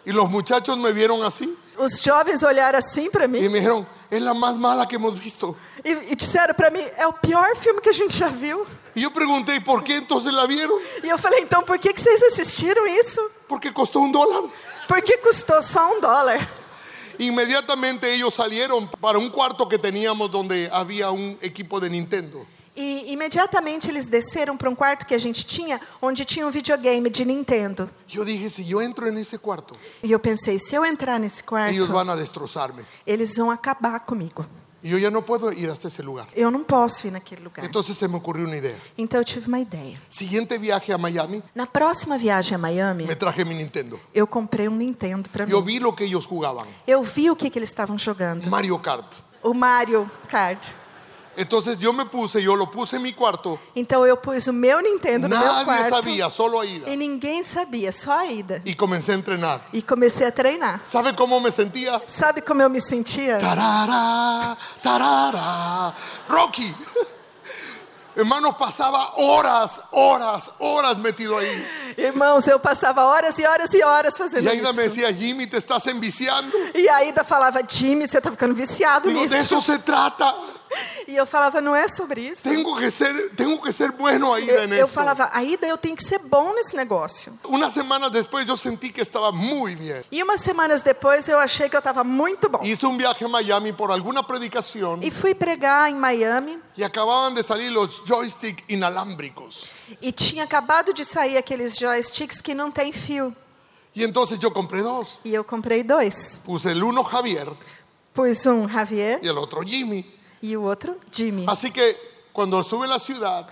Y los muchachos me vieron así Os jovens olharam assim para y mim me dijeron, es la más mala que hemos visto. e, e disseram para mim: É o pior filme que a gente já viu. Y yo pregunté, ¿y por quê entonces la vieron? E eu falei: Então, por que, que vocês assistiram isso? Porque costó un dólar. Por que custou só um dólar? Inmediatamente ellos salieron para un cuarto que teníamos donde había un equipo de Nintendo. E imediatamente eles desceram para um quarto que a gente tinha, onde tinha um videogame de Nintendo. Yo dije, si yo entro en ese cuarto, E eu pensei, se eu entrar nesse quarto, ellos van a destrozarme. eles vão acabar comigo. Y yo ya no puedo ir hasta ese lugar. Eu não posso ir naquele lugar. Entonces se me ocurrió una idea. Então eu tive uma ideia. Siguiente viaje a Miami, Na próxima viagem a Miami, me traje mi Nintendo. eu comprei um Nintendo para Yo mim. vi lo que ellos jugaban, Eu vi o que, que eles estavam jogando. Mario Kart. O Mario Kart. Entonces yo me puse, yo lo puse en mi cuarto. Então eu pus o meu Nintendo no meu Nadie quarto. sabía, solo Aida. E ninguém sabia, só a Ida. Y comencé a entrenar. E comecei a treinar. ¿Sabe cómo me sentía? Sabe como eu me sentia? Tá. Tarara, tarara, Rocky. Hermanos, pasaba horas, horas, horas metido ahí. Irmãos, eu passava horas e horas e horas fazendo Y Aida me isso. decía, Jimmy, te estás enviciando. E a Ida falava, Jimmy, você tá ficando viciado Digo, de nisso. eso se trata. E eu falava, não é sobre isso. Tengo que ser, tengo que ser bueno, Aida, Eu, en eu esto. falava, Aida, eu tenho que ser bom nesse negócio. Unas semanas después yo sentí que estaba muy bien. E umas semanas depois eu achei que eu estava muito bom. Hice un viaje a Miami por alguna predicación E fui pregar em Miami y acababan de salir los joystick inalámbricos. e tinha acabado de sair aqueles joysticks que não tem fio. Y entonces yo compré dos. E eu comprei dois. Puse el uno Javier Pus um Javier y el otro Jimmy. e o outro Jimmy. Así que cuando estuve en la ciudad,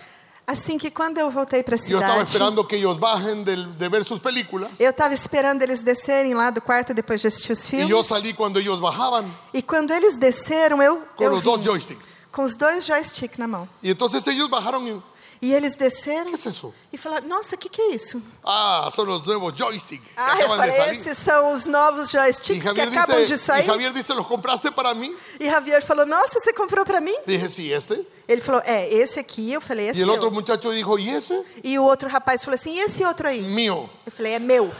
Assim que quando eu voltei para a yo estaba cidade, esperando que ellos bajen del- de ver sus películas. eu estava esperando eles descerem lá do quarto depois de assistir os Y filmes. yo salí cuando ellos bajaban E quando eles desceram, eu, con eu los dos vim joysticks. com os dois joysticks na mão. Y entonces ellos bajaron y, E eles desceram ¿qué es eso? e falaram, nossa, o que, que é isso? Ah, son los nuevos joysticks que Ah, eu acaban de falei, salir. esses são os novos Y joysticks que Javier, acabam dice, de sair. y Javier dice, ¿los compraste para mí? E Javier falou, nossa, você comprou para mim? Dije, sí, este. Ele falou, é, esse aqui. Eu falei, Y esse el é otro muchacho dijo, ¿y esse? E o outro rapaz falou assim, e esse outro aí? Mío. Eu falei, é meu.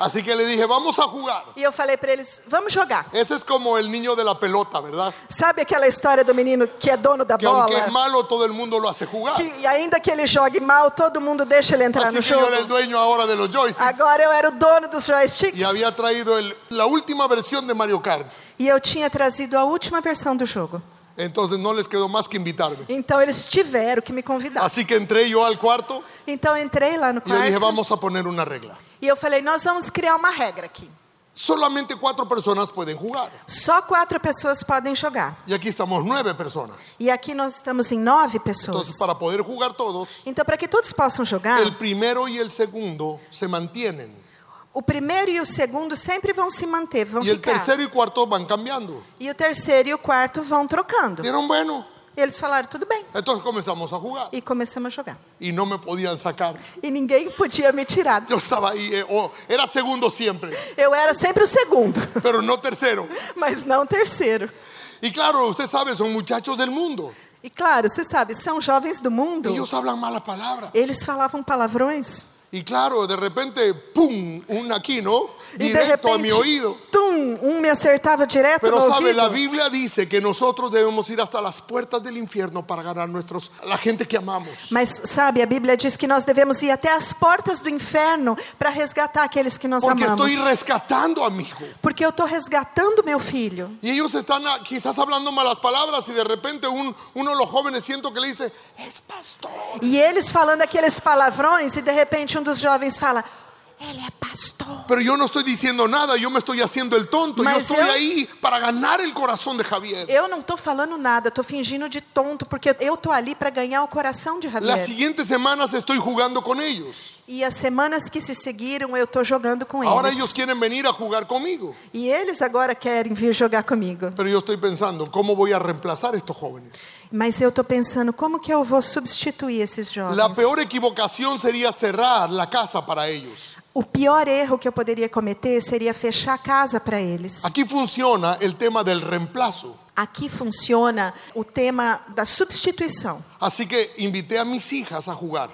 Así que le dije, vamos a jugar. E eu falei para eles, vamos jogar. Ese es como el niño de la pelota, ¿verdad? Sabe aquela história do menino que é dono da Que aunque bola? es malo, todo el mundo lo hace jugar. Que, e ainda que ele jogue mal, todo mundo deixa ele entrar Así no Assim que yo era el jogo. dueño ahora de los joysticks. Agora eu era o dono dos joysticks. y había traído el- la última versión de Mario Kart. E eu tinha trazido a última versão do jogo. Entonces no les quedó más que invitarme. Então eles tiveram que me convidar. Así que entré yo al cuarto Então eu entrei lá no y yo dije, quarto vamos a poner una regla. e eu falei: nós vamos criar uma regra aqui. Solamente cuatro personas pueden jugar. Só quatro pessoas podem jogar. Y aquí estamos nueve personas. E aqui nós estamos em nove Entonces, pessoas. para poder jugar todos, Então, para que todos possam jogar, el primero y el segundo se mantienen. o primeiro e o segundo sempre vão se manter, vão Y el ficar. tercero y cuarto van cambiando. E o terceiro e o quarto vão trocando. Dieron bueno. E eles falaram: tudo bem. Entonces comenzamos a jugar. E começamos a jogar. Y no me podían sacar. E ninguém podia me tirar. Yo estaba ahí, eh, oh, era segundo siempre, Eu era sempre o segundo, pero no tercero. mas não o terceiro. Y claro, usted sabe, son muchachos del mundo. E claro, você sabe, são jovens do mundo. Ellos hablan malas palabras. Eles falavam palavrões. Y claro, de repente, ¡pum! Un aquí, ¿no? E de Directo a repente, mi oído. tum, um me acertava direto Pero no sabe, ouvido. la Biblia dice que nosotros debemos ir hasta las puertas del infierno para ganar nuestros, a la gente que amamos. Mas sabe, a Bíblia diz que nós devemos ir até as portas do inferno para resgatar aqueles que nós Porque amamos. estoy rescatando a mi hijo. Porque eu estou resgatando meu filho. Y ellos están ah, quizás hablando malas palabras y de repente un- uno de los jóvenes siento que le dice, es pastor. E eles falando aqueles palavrões e de repente um dos jovens fala: "Ele é pastor". Pero yo no estoy diciendo nada, yo me estoy haciendo el tonto. Yo Mas estoy eu- ahí para ganar el corazón de Javier. Eu não estou falando nada, estou fingindo de tonto porque eu estou ali para ganhar o coração de Las Javier. siguientes semanas estoy jugando con ellos. E as semanas que se seguiram, eu estou jogando com Ahora eles. ellos quieren venir a jugar conmigo. E eles agora querem vir jogar comigo. Pero yo estoy pensando, ¿cómo voy a reemplazar a estos jóvenes? Mas eu estou pensando, como que eu vou substituir esses jovens? La peor é equivocación sería cerrar la casa para ellos. O pior erro que eu poderia cometer seria fechar a casa para eles. Aquí funciona el tema del reemplazo. Aqui funciona o tema da substituição. Así que invité a mis hijas a jugar.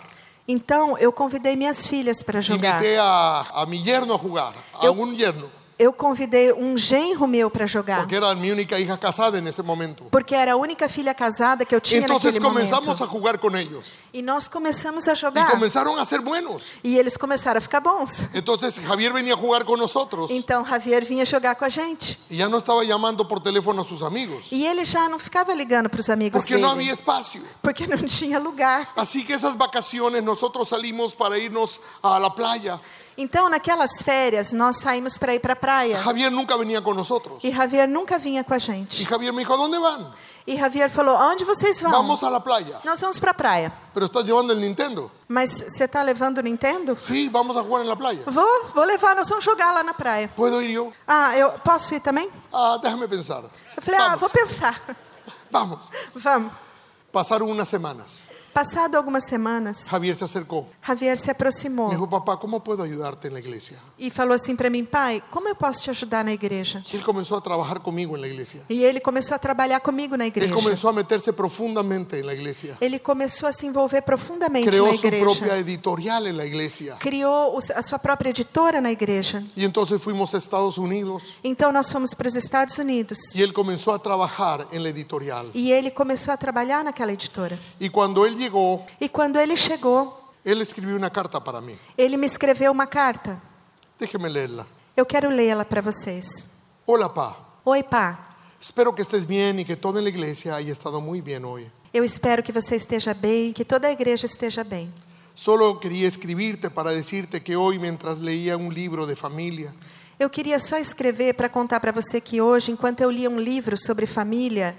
Então, eu convidei minhas filhas para jogar. Invité a, a mi yerno a jugar, a Eu- un yerno, Eu convidei um genro meu para jogar, porque era mi única hija casada en ese momento. porque era a única filha casada que eu tinha Entonces naquele comenzamos momento. a jugar con ellos E nós começamos a y jogar. comenzaron a ser buenos. E eles começaram a ficar bons. Entonces Javier venía a jugar con nosotros Então, Javier vinha jogar com a gente. y ya no estaba llamando por teléfono a sus amigos, E ele já não ficava ligando para os amigos porque no dele, había espacio. porque não tinha lugar. Así que esas vacaciones nosotros salimos para irnos a la playa. Então, naquelas férias, nós saímos para ir para a praia. Javier nunca venía con nosotros. E Javier nunca vinha com a Y gente. Javier me dijo, ¿a dónde van? E Javier falou: "Onde vocês vão?" Vamos a la playa. Nós vamos para a praia. Pero estás llevando el Nintendo. Mas você tá levando o Nintendo? Sí, vamos a jugar en la playa. Vou, vou levar, nós vamos jogar lá na praia. ¿Puedo ir yo? Ah, eu posso ir também? Ah, déjame pensar. Eu falei: "Ah, Vamos. vou pensar". Vamos. Vamos. Pasaron unas semanas. Passado algumas semanas, Javier se acercó. Javier se aproximou Me dijo, papá, ¿cómo puedo ayudarte en la iglesia? e falou assim para mim: "Pai, como eu posso te ajudar na igreja?" Y él comenzó a trabajar conmigo en la iglesia. E ele começou a trabalhar comigo na Él igreja. comenzó a meterse profundamente en la iglesia. Ele começou a se envolver profundamente Creó na su propia igreja. editorial en la iglesia. Criou o- a sua própria editora na igreja. Y entonces fuimos a Estados Unidos Então nós fomos para os Estados Unidos y él comenzó a trabajar en la editorial. e ele começou a trabalhar naquela editora. Y cuando él llegó, E quando ele chegou, él escribió una carta para mí. ele me escreveu uma carta. Déjeme leerla. Eu quero lê-la para vocês. Hola, Pa. Oi, pá. Espero que estés bien y que toda la iglesia haya estado muy bien hoy. Eu espero que você esteja bem, que toda a igreja esteja bem. Solo quería escribirte para decirte que hoy mientras leía un libro de familia, Eu queria só escrever para contar para você que hoje, enquanto eu lia um livro sobre família,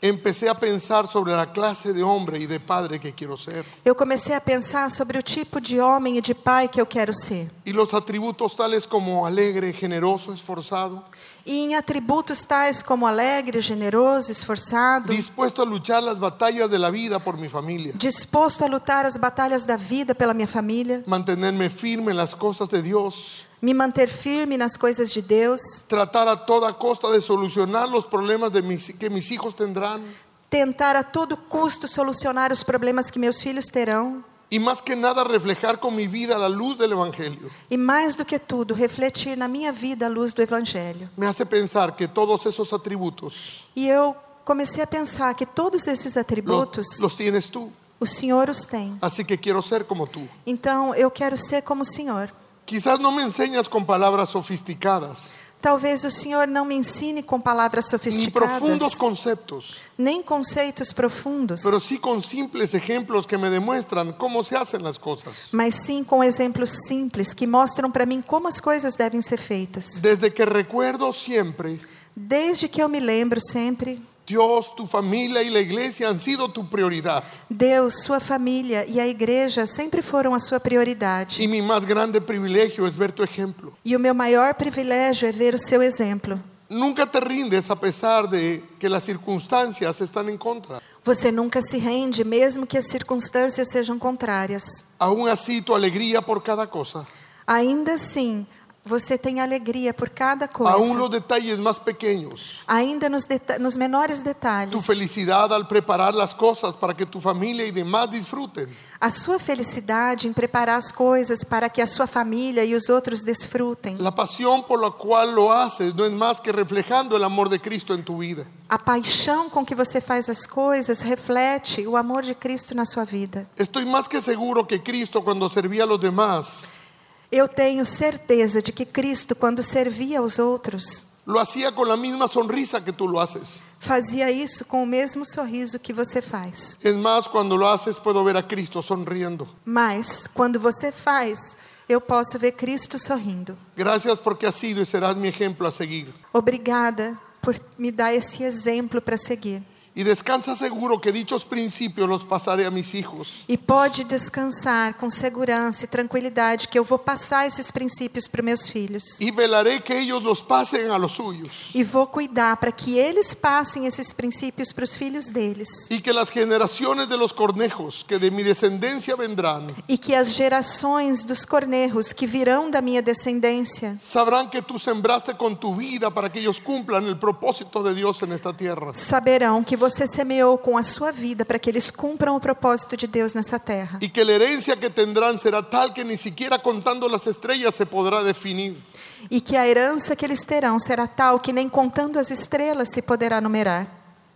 empecé a pensar sobre la clase de hombre y de padre que quiero ser eu comecei a pensar sobre o tipo de homem e de pai que eu quero ser. y los atributos tales como alegre, generoso, esforzado, E em atributos tais como alegre, generoso, esforçado, dispuesto a luchar las batallas de la vida por mi familia, disposto a lutar as batalhas da vida pela minha família, mantenerme firme en las cosas de Dios, me manter firme nas coisas de Deus, tratar a toda costa de solucionar los problemas de mis- que mis hijos tendrán tentar a todo custo solucionar os problemas que meus filhos terão y más que nada reflejar con mi vida la luz del Evangelio. e, mais do que tudo, refletir na minha vida a luz do Evangelho. Me hace pensar que todos esos atributos E eu comecei a pensar que todos esses Lo- atributos los tienes tú. o Senhor os tem. Así que quiero ser como tú. Então eu quero ser como o Senhor. Quizás no me enseñas con palabras sofisticadas, Talvez o Senhor não me ensine com palavras ni sofisticadas, profundos conceptos, nem conceitos profundos, pero sí con simples ejemplos que me demuestran cómo se hacen las cosas. mas sim com exemplos simples que mostram para mim como as coisas devem ser feitas. Desde que recuerdo siempre, Desde que eu me lembro sempre, Dios, tu familia y la iglesia han sido tu prioridad Deus, sua família e a igreja sempre foram a sua prioridade. y mi más grande privilegio es ver tu ejemplo. E o meu maior privilégio é ver o seu exemplo. Nunca te rindes a pesar de que las circunstancias están en contra. Você nunca se rende, mesmo que as circunstâncias sejam contrárias. Aún así, tu alegría por cada cosa Ainda assim, você tem alegria por cada aún coisa. los detalles más pequeños. Ainda nos, deta- nos menores Tu detalhes. felicidad al preparar las cosas para que tu familia y demás disfruten. A sua felicidade em preparar as coisas para que a sua família e os outros desfrutem. La pasión por la cual lo haces no es más que reflejando el amor de Cristo en tu vida. A paixão com que você faz as coisas reflete o amor de Cristo na sua vida. Estoy más que seguro que Cristo cuando servía a los demás Eu tenho certeza de que Cristo, quando servia aos outros, lo hacía con la misma sonrisa que tú lo haces. fazia isso com o mesmo sorriso que você faz. Es más, cuando lo haces puedo ver a Cristo sonriendo. Mas, quando você faz, eu posso ver Cristo sorrindo. Gracias porque has sido y serás mi ejemplo a seguir. Obrigada por me dar esse exemplo para seguir. Y descansa seguro que dichos principios los pasaré a mis hijos. E pode descansar com segurança e tranquilidade que eu vou passar esses princípios para meus filhos. Y velaré que ellos los pasen a los suyos. E vou cuidar para que eles passem esses princípios para os filhos deles. Y que las generaciones de los cornejos que de mi descendencia vendrán E que as gerações dos cornejos que virão da minha descendência sabrán que tú sembraste con tu vida para que ellos cumplan el propósito de Dios en esta tierra. saberão que você semeou com a sua vida para que eles cumpram o propósito de Deus nessa terra. Y que la herencia que tendrán será tal que ni siquiera contando las estrellas se podrá definir. E que a herança que eles terão será tal que nem contando as estrelas se poderá numerar.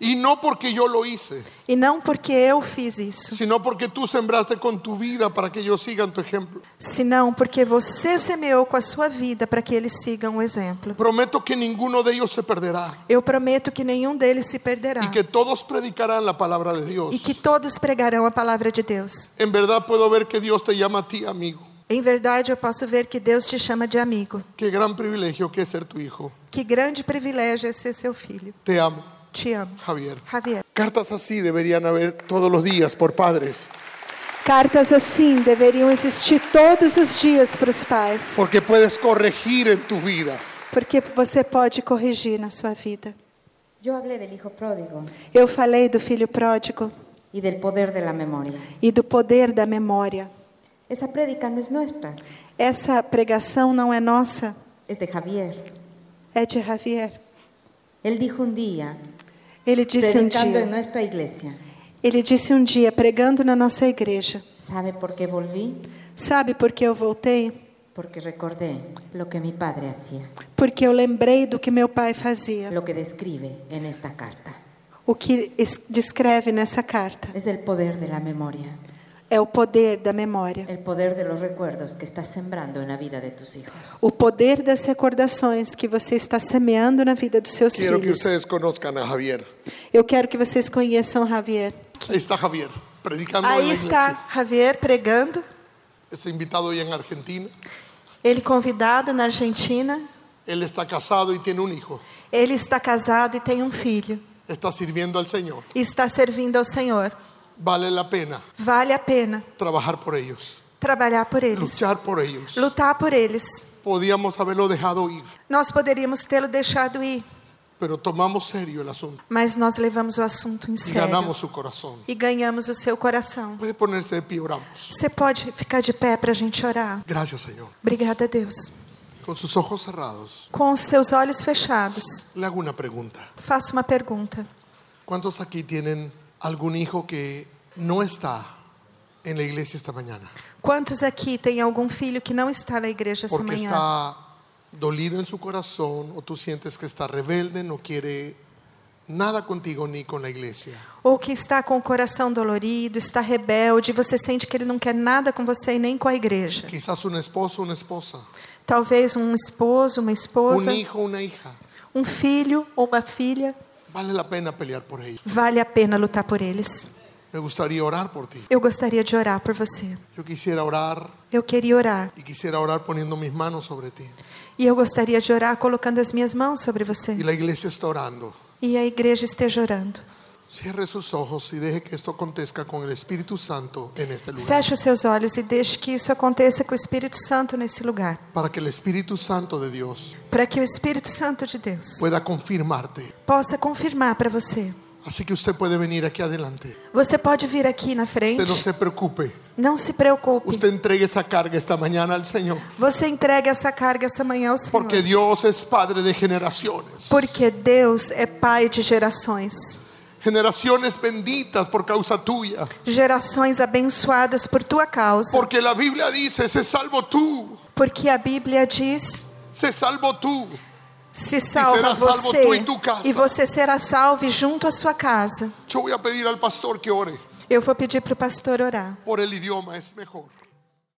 Y no porque yo lo hice, E não porque eu fiz isso, sino porque tú sembraste con tu vida para que ellos sigan tu ejemplo. senão porque você semeou com a sua vida para que eles sigam o exemplo. Prometo que ninguno de ellos se perderá Eu prometo que nenhum deles se perderá y que todos predicarán la palabra de Dios. e Ah. que todos pregarão a palavra de Deus. En verdad puedo ver que Dios te llama a ti, amigo. Em verdade, eu posso ver que Deus te chama de amigo. Qué gran privilegio que es ser tu hijo. Que grande privilégio é ser seu filho. Te amo, Te amo. Javier. Javier. Cartas así deberían haber todos los días por padres, Cartas assim deveriam existir todos os dias para os pais, porque puedes corregir en tu vida. porque você pode corrigir na sua vida. Yo hablé del hijo pródigo Eu falei do filho pródigo y del poder de la memoria. e do poder da memória. Esa prédica no es nuestra, Essa pregação não é nossa, es de Javier. é de Javier. Él dijo un día, Ele disse um predicando en dia, nuestra iglesia, ele disse um dia pregando na nossa igreja. ¿sabe por qué volví? Sabe por que eu voltei? Porque recordé lo que mi padre hacía, Porque eu lembrei do que meu pai fazia. lo que describe en esta carta. O que es- descreve nessa carta Es el poder de la memoria, é o poder da memória, el poder de los recuerdos que estás sembrando en la vida de tus hijos. o poder das recordações que você está semeando na vida dos seus Quiero que filhos. ustedes conozcan a Javier. Eu quero que vocês conheçam Javier. Ahí está Javier, predicando en Aí la está iglesia. Javier pregando, Es invitado hoy en Argentina. ele convidado na Argentina. Él está casado y tiene un hijo. Ele está casado e tem um filho. Está sirviendo al Señor. E está servindo ao Senhor. Vale la pena Vale a pena trabajar por ellos, trabalhar por eles, luchar por ellos. lutar por eles. Podíamos haberlo dejado ir, Nós poderíamos tê-lo deixado ir, pero tomamos serio el asunto mas nós levamos o assunto em y sério ganamos su corazón. e ganhamos o seu coração. Puede ponerse de pie, oramos. Você pode ficar de pé para a gente orar? Gracias, Señor. Obrigada, Deus. Con sus ojos cerrados, Com os seus olhos fechados, le hago una pregunta. faço uma pergunta. ¿Cuántos aquí tienen algún hijo que no está en la iglesia esta mañana? Quantos aqui têm algum filho que não está na igreja essa Porque manhã? está dolido en su corazón o tú sientes que está rebelde, no quiere nada contigo ni con la iglesia. Ou que está com o coração dolorido, está rebelde, você sente que ele não quer nada com você e nem com a igreja. Quizás un esposo, una esposa, Talvez um esposo, uma esposa, un hijo, una hija. um filho ou uma filha. Vale la pena pelear por ellos. Vale a pena lutar por eles. Me gustaría orar por ti. Eu gostaria de orar por você. Yo quisiera orar Eu queria orar. y quisiera orar poniendo mis manos sobre ti. E eu gostaria de orar colocando as minhas mãos sobre você. Y la iglesia está orando. E a igreja esteja orando. Cierre sus ojos y deje que esto acontezca con el Espíritu Santo en este lugar. Feche os seus olhos e deixe que isso aconteça com o Espírito Santo nesse lugar. Para que el Espíritu Santo de Dios Para que o Espírito Santo de Deus pueda confirmarte. possa confirmar para você. Así que usted puede venir aquí adelante. Você pode vir aqui na frente. Usted no se preocupe. Não se preocupe. Usted entregue esa carga esta mañana al Señor. Você entregue essa carga essa manhã ao Senhor. Porque Dios es Padre de generaciones. Porque Deus é Pai de gerações. Generaciones benditas por causa tuya. Gerações abençoadas por tua causa. Porque la Biblia dice, se salvo tú, Porque a Bíblia diz: se salvo tú. se será salva salvo você tu e tu casa. e você será salvo e junto à sua casa. Yo voy a pedir al pastor que ore Eu vou pedir para o pastor orar. por el idioma, es mejor.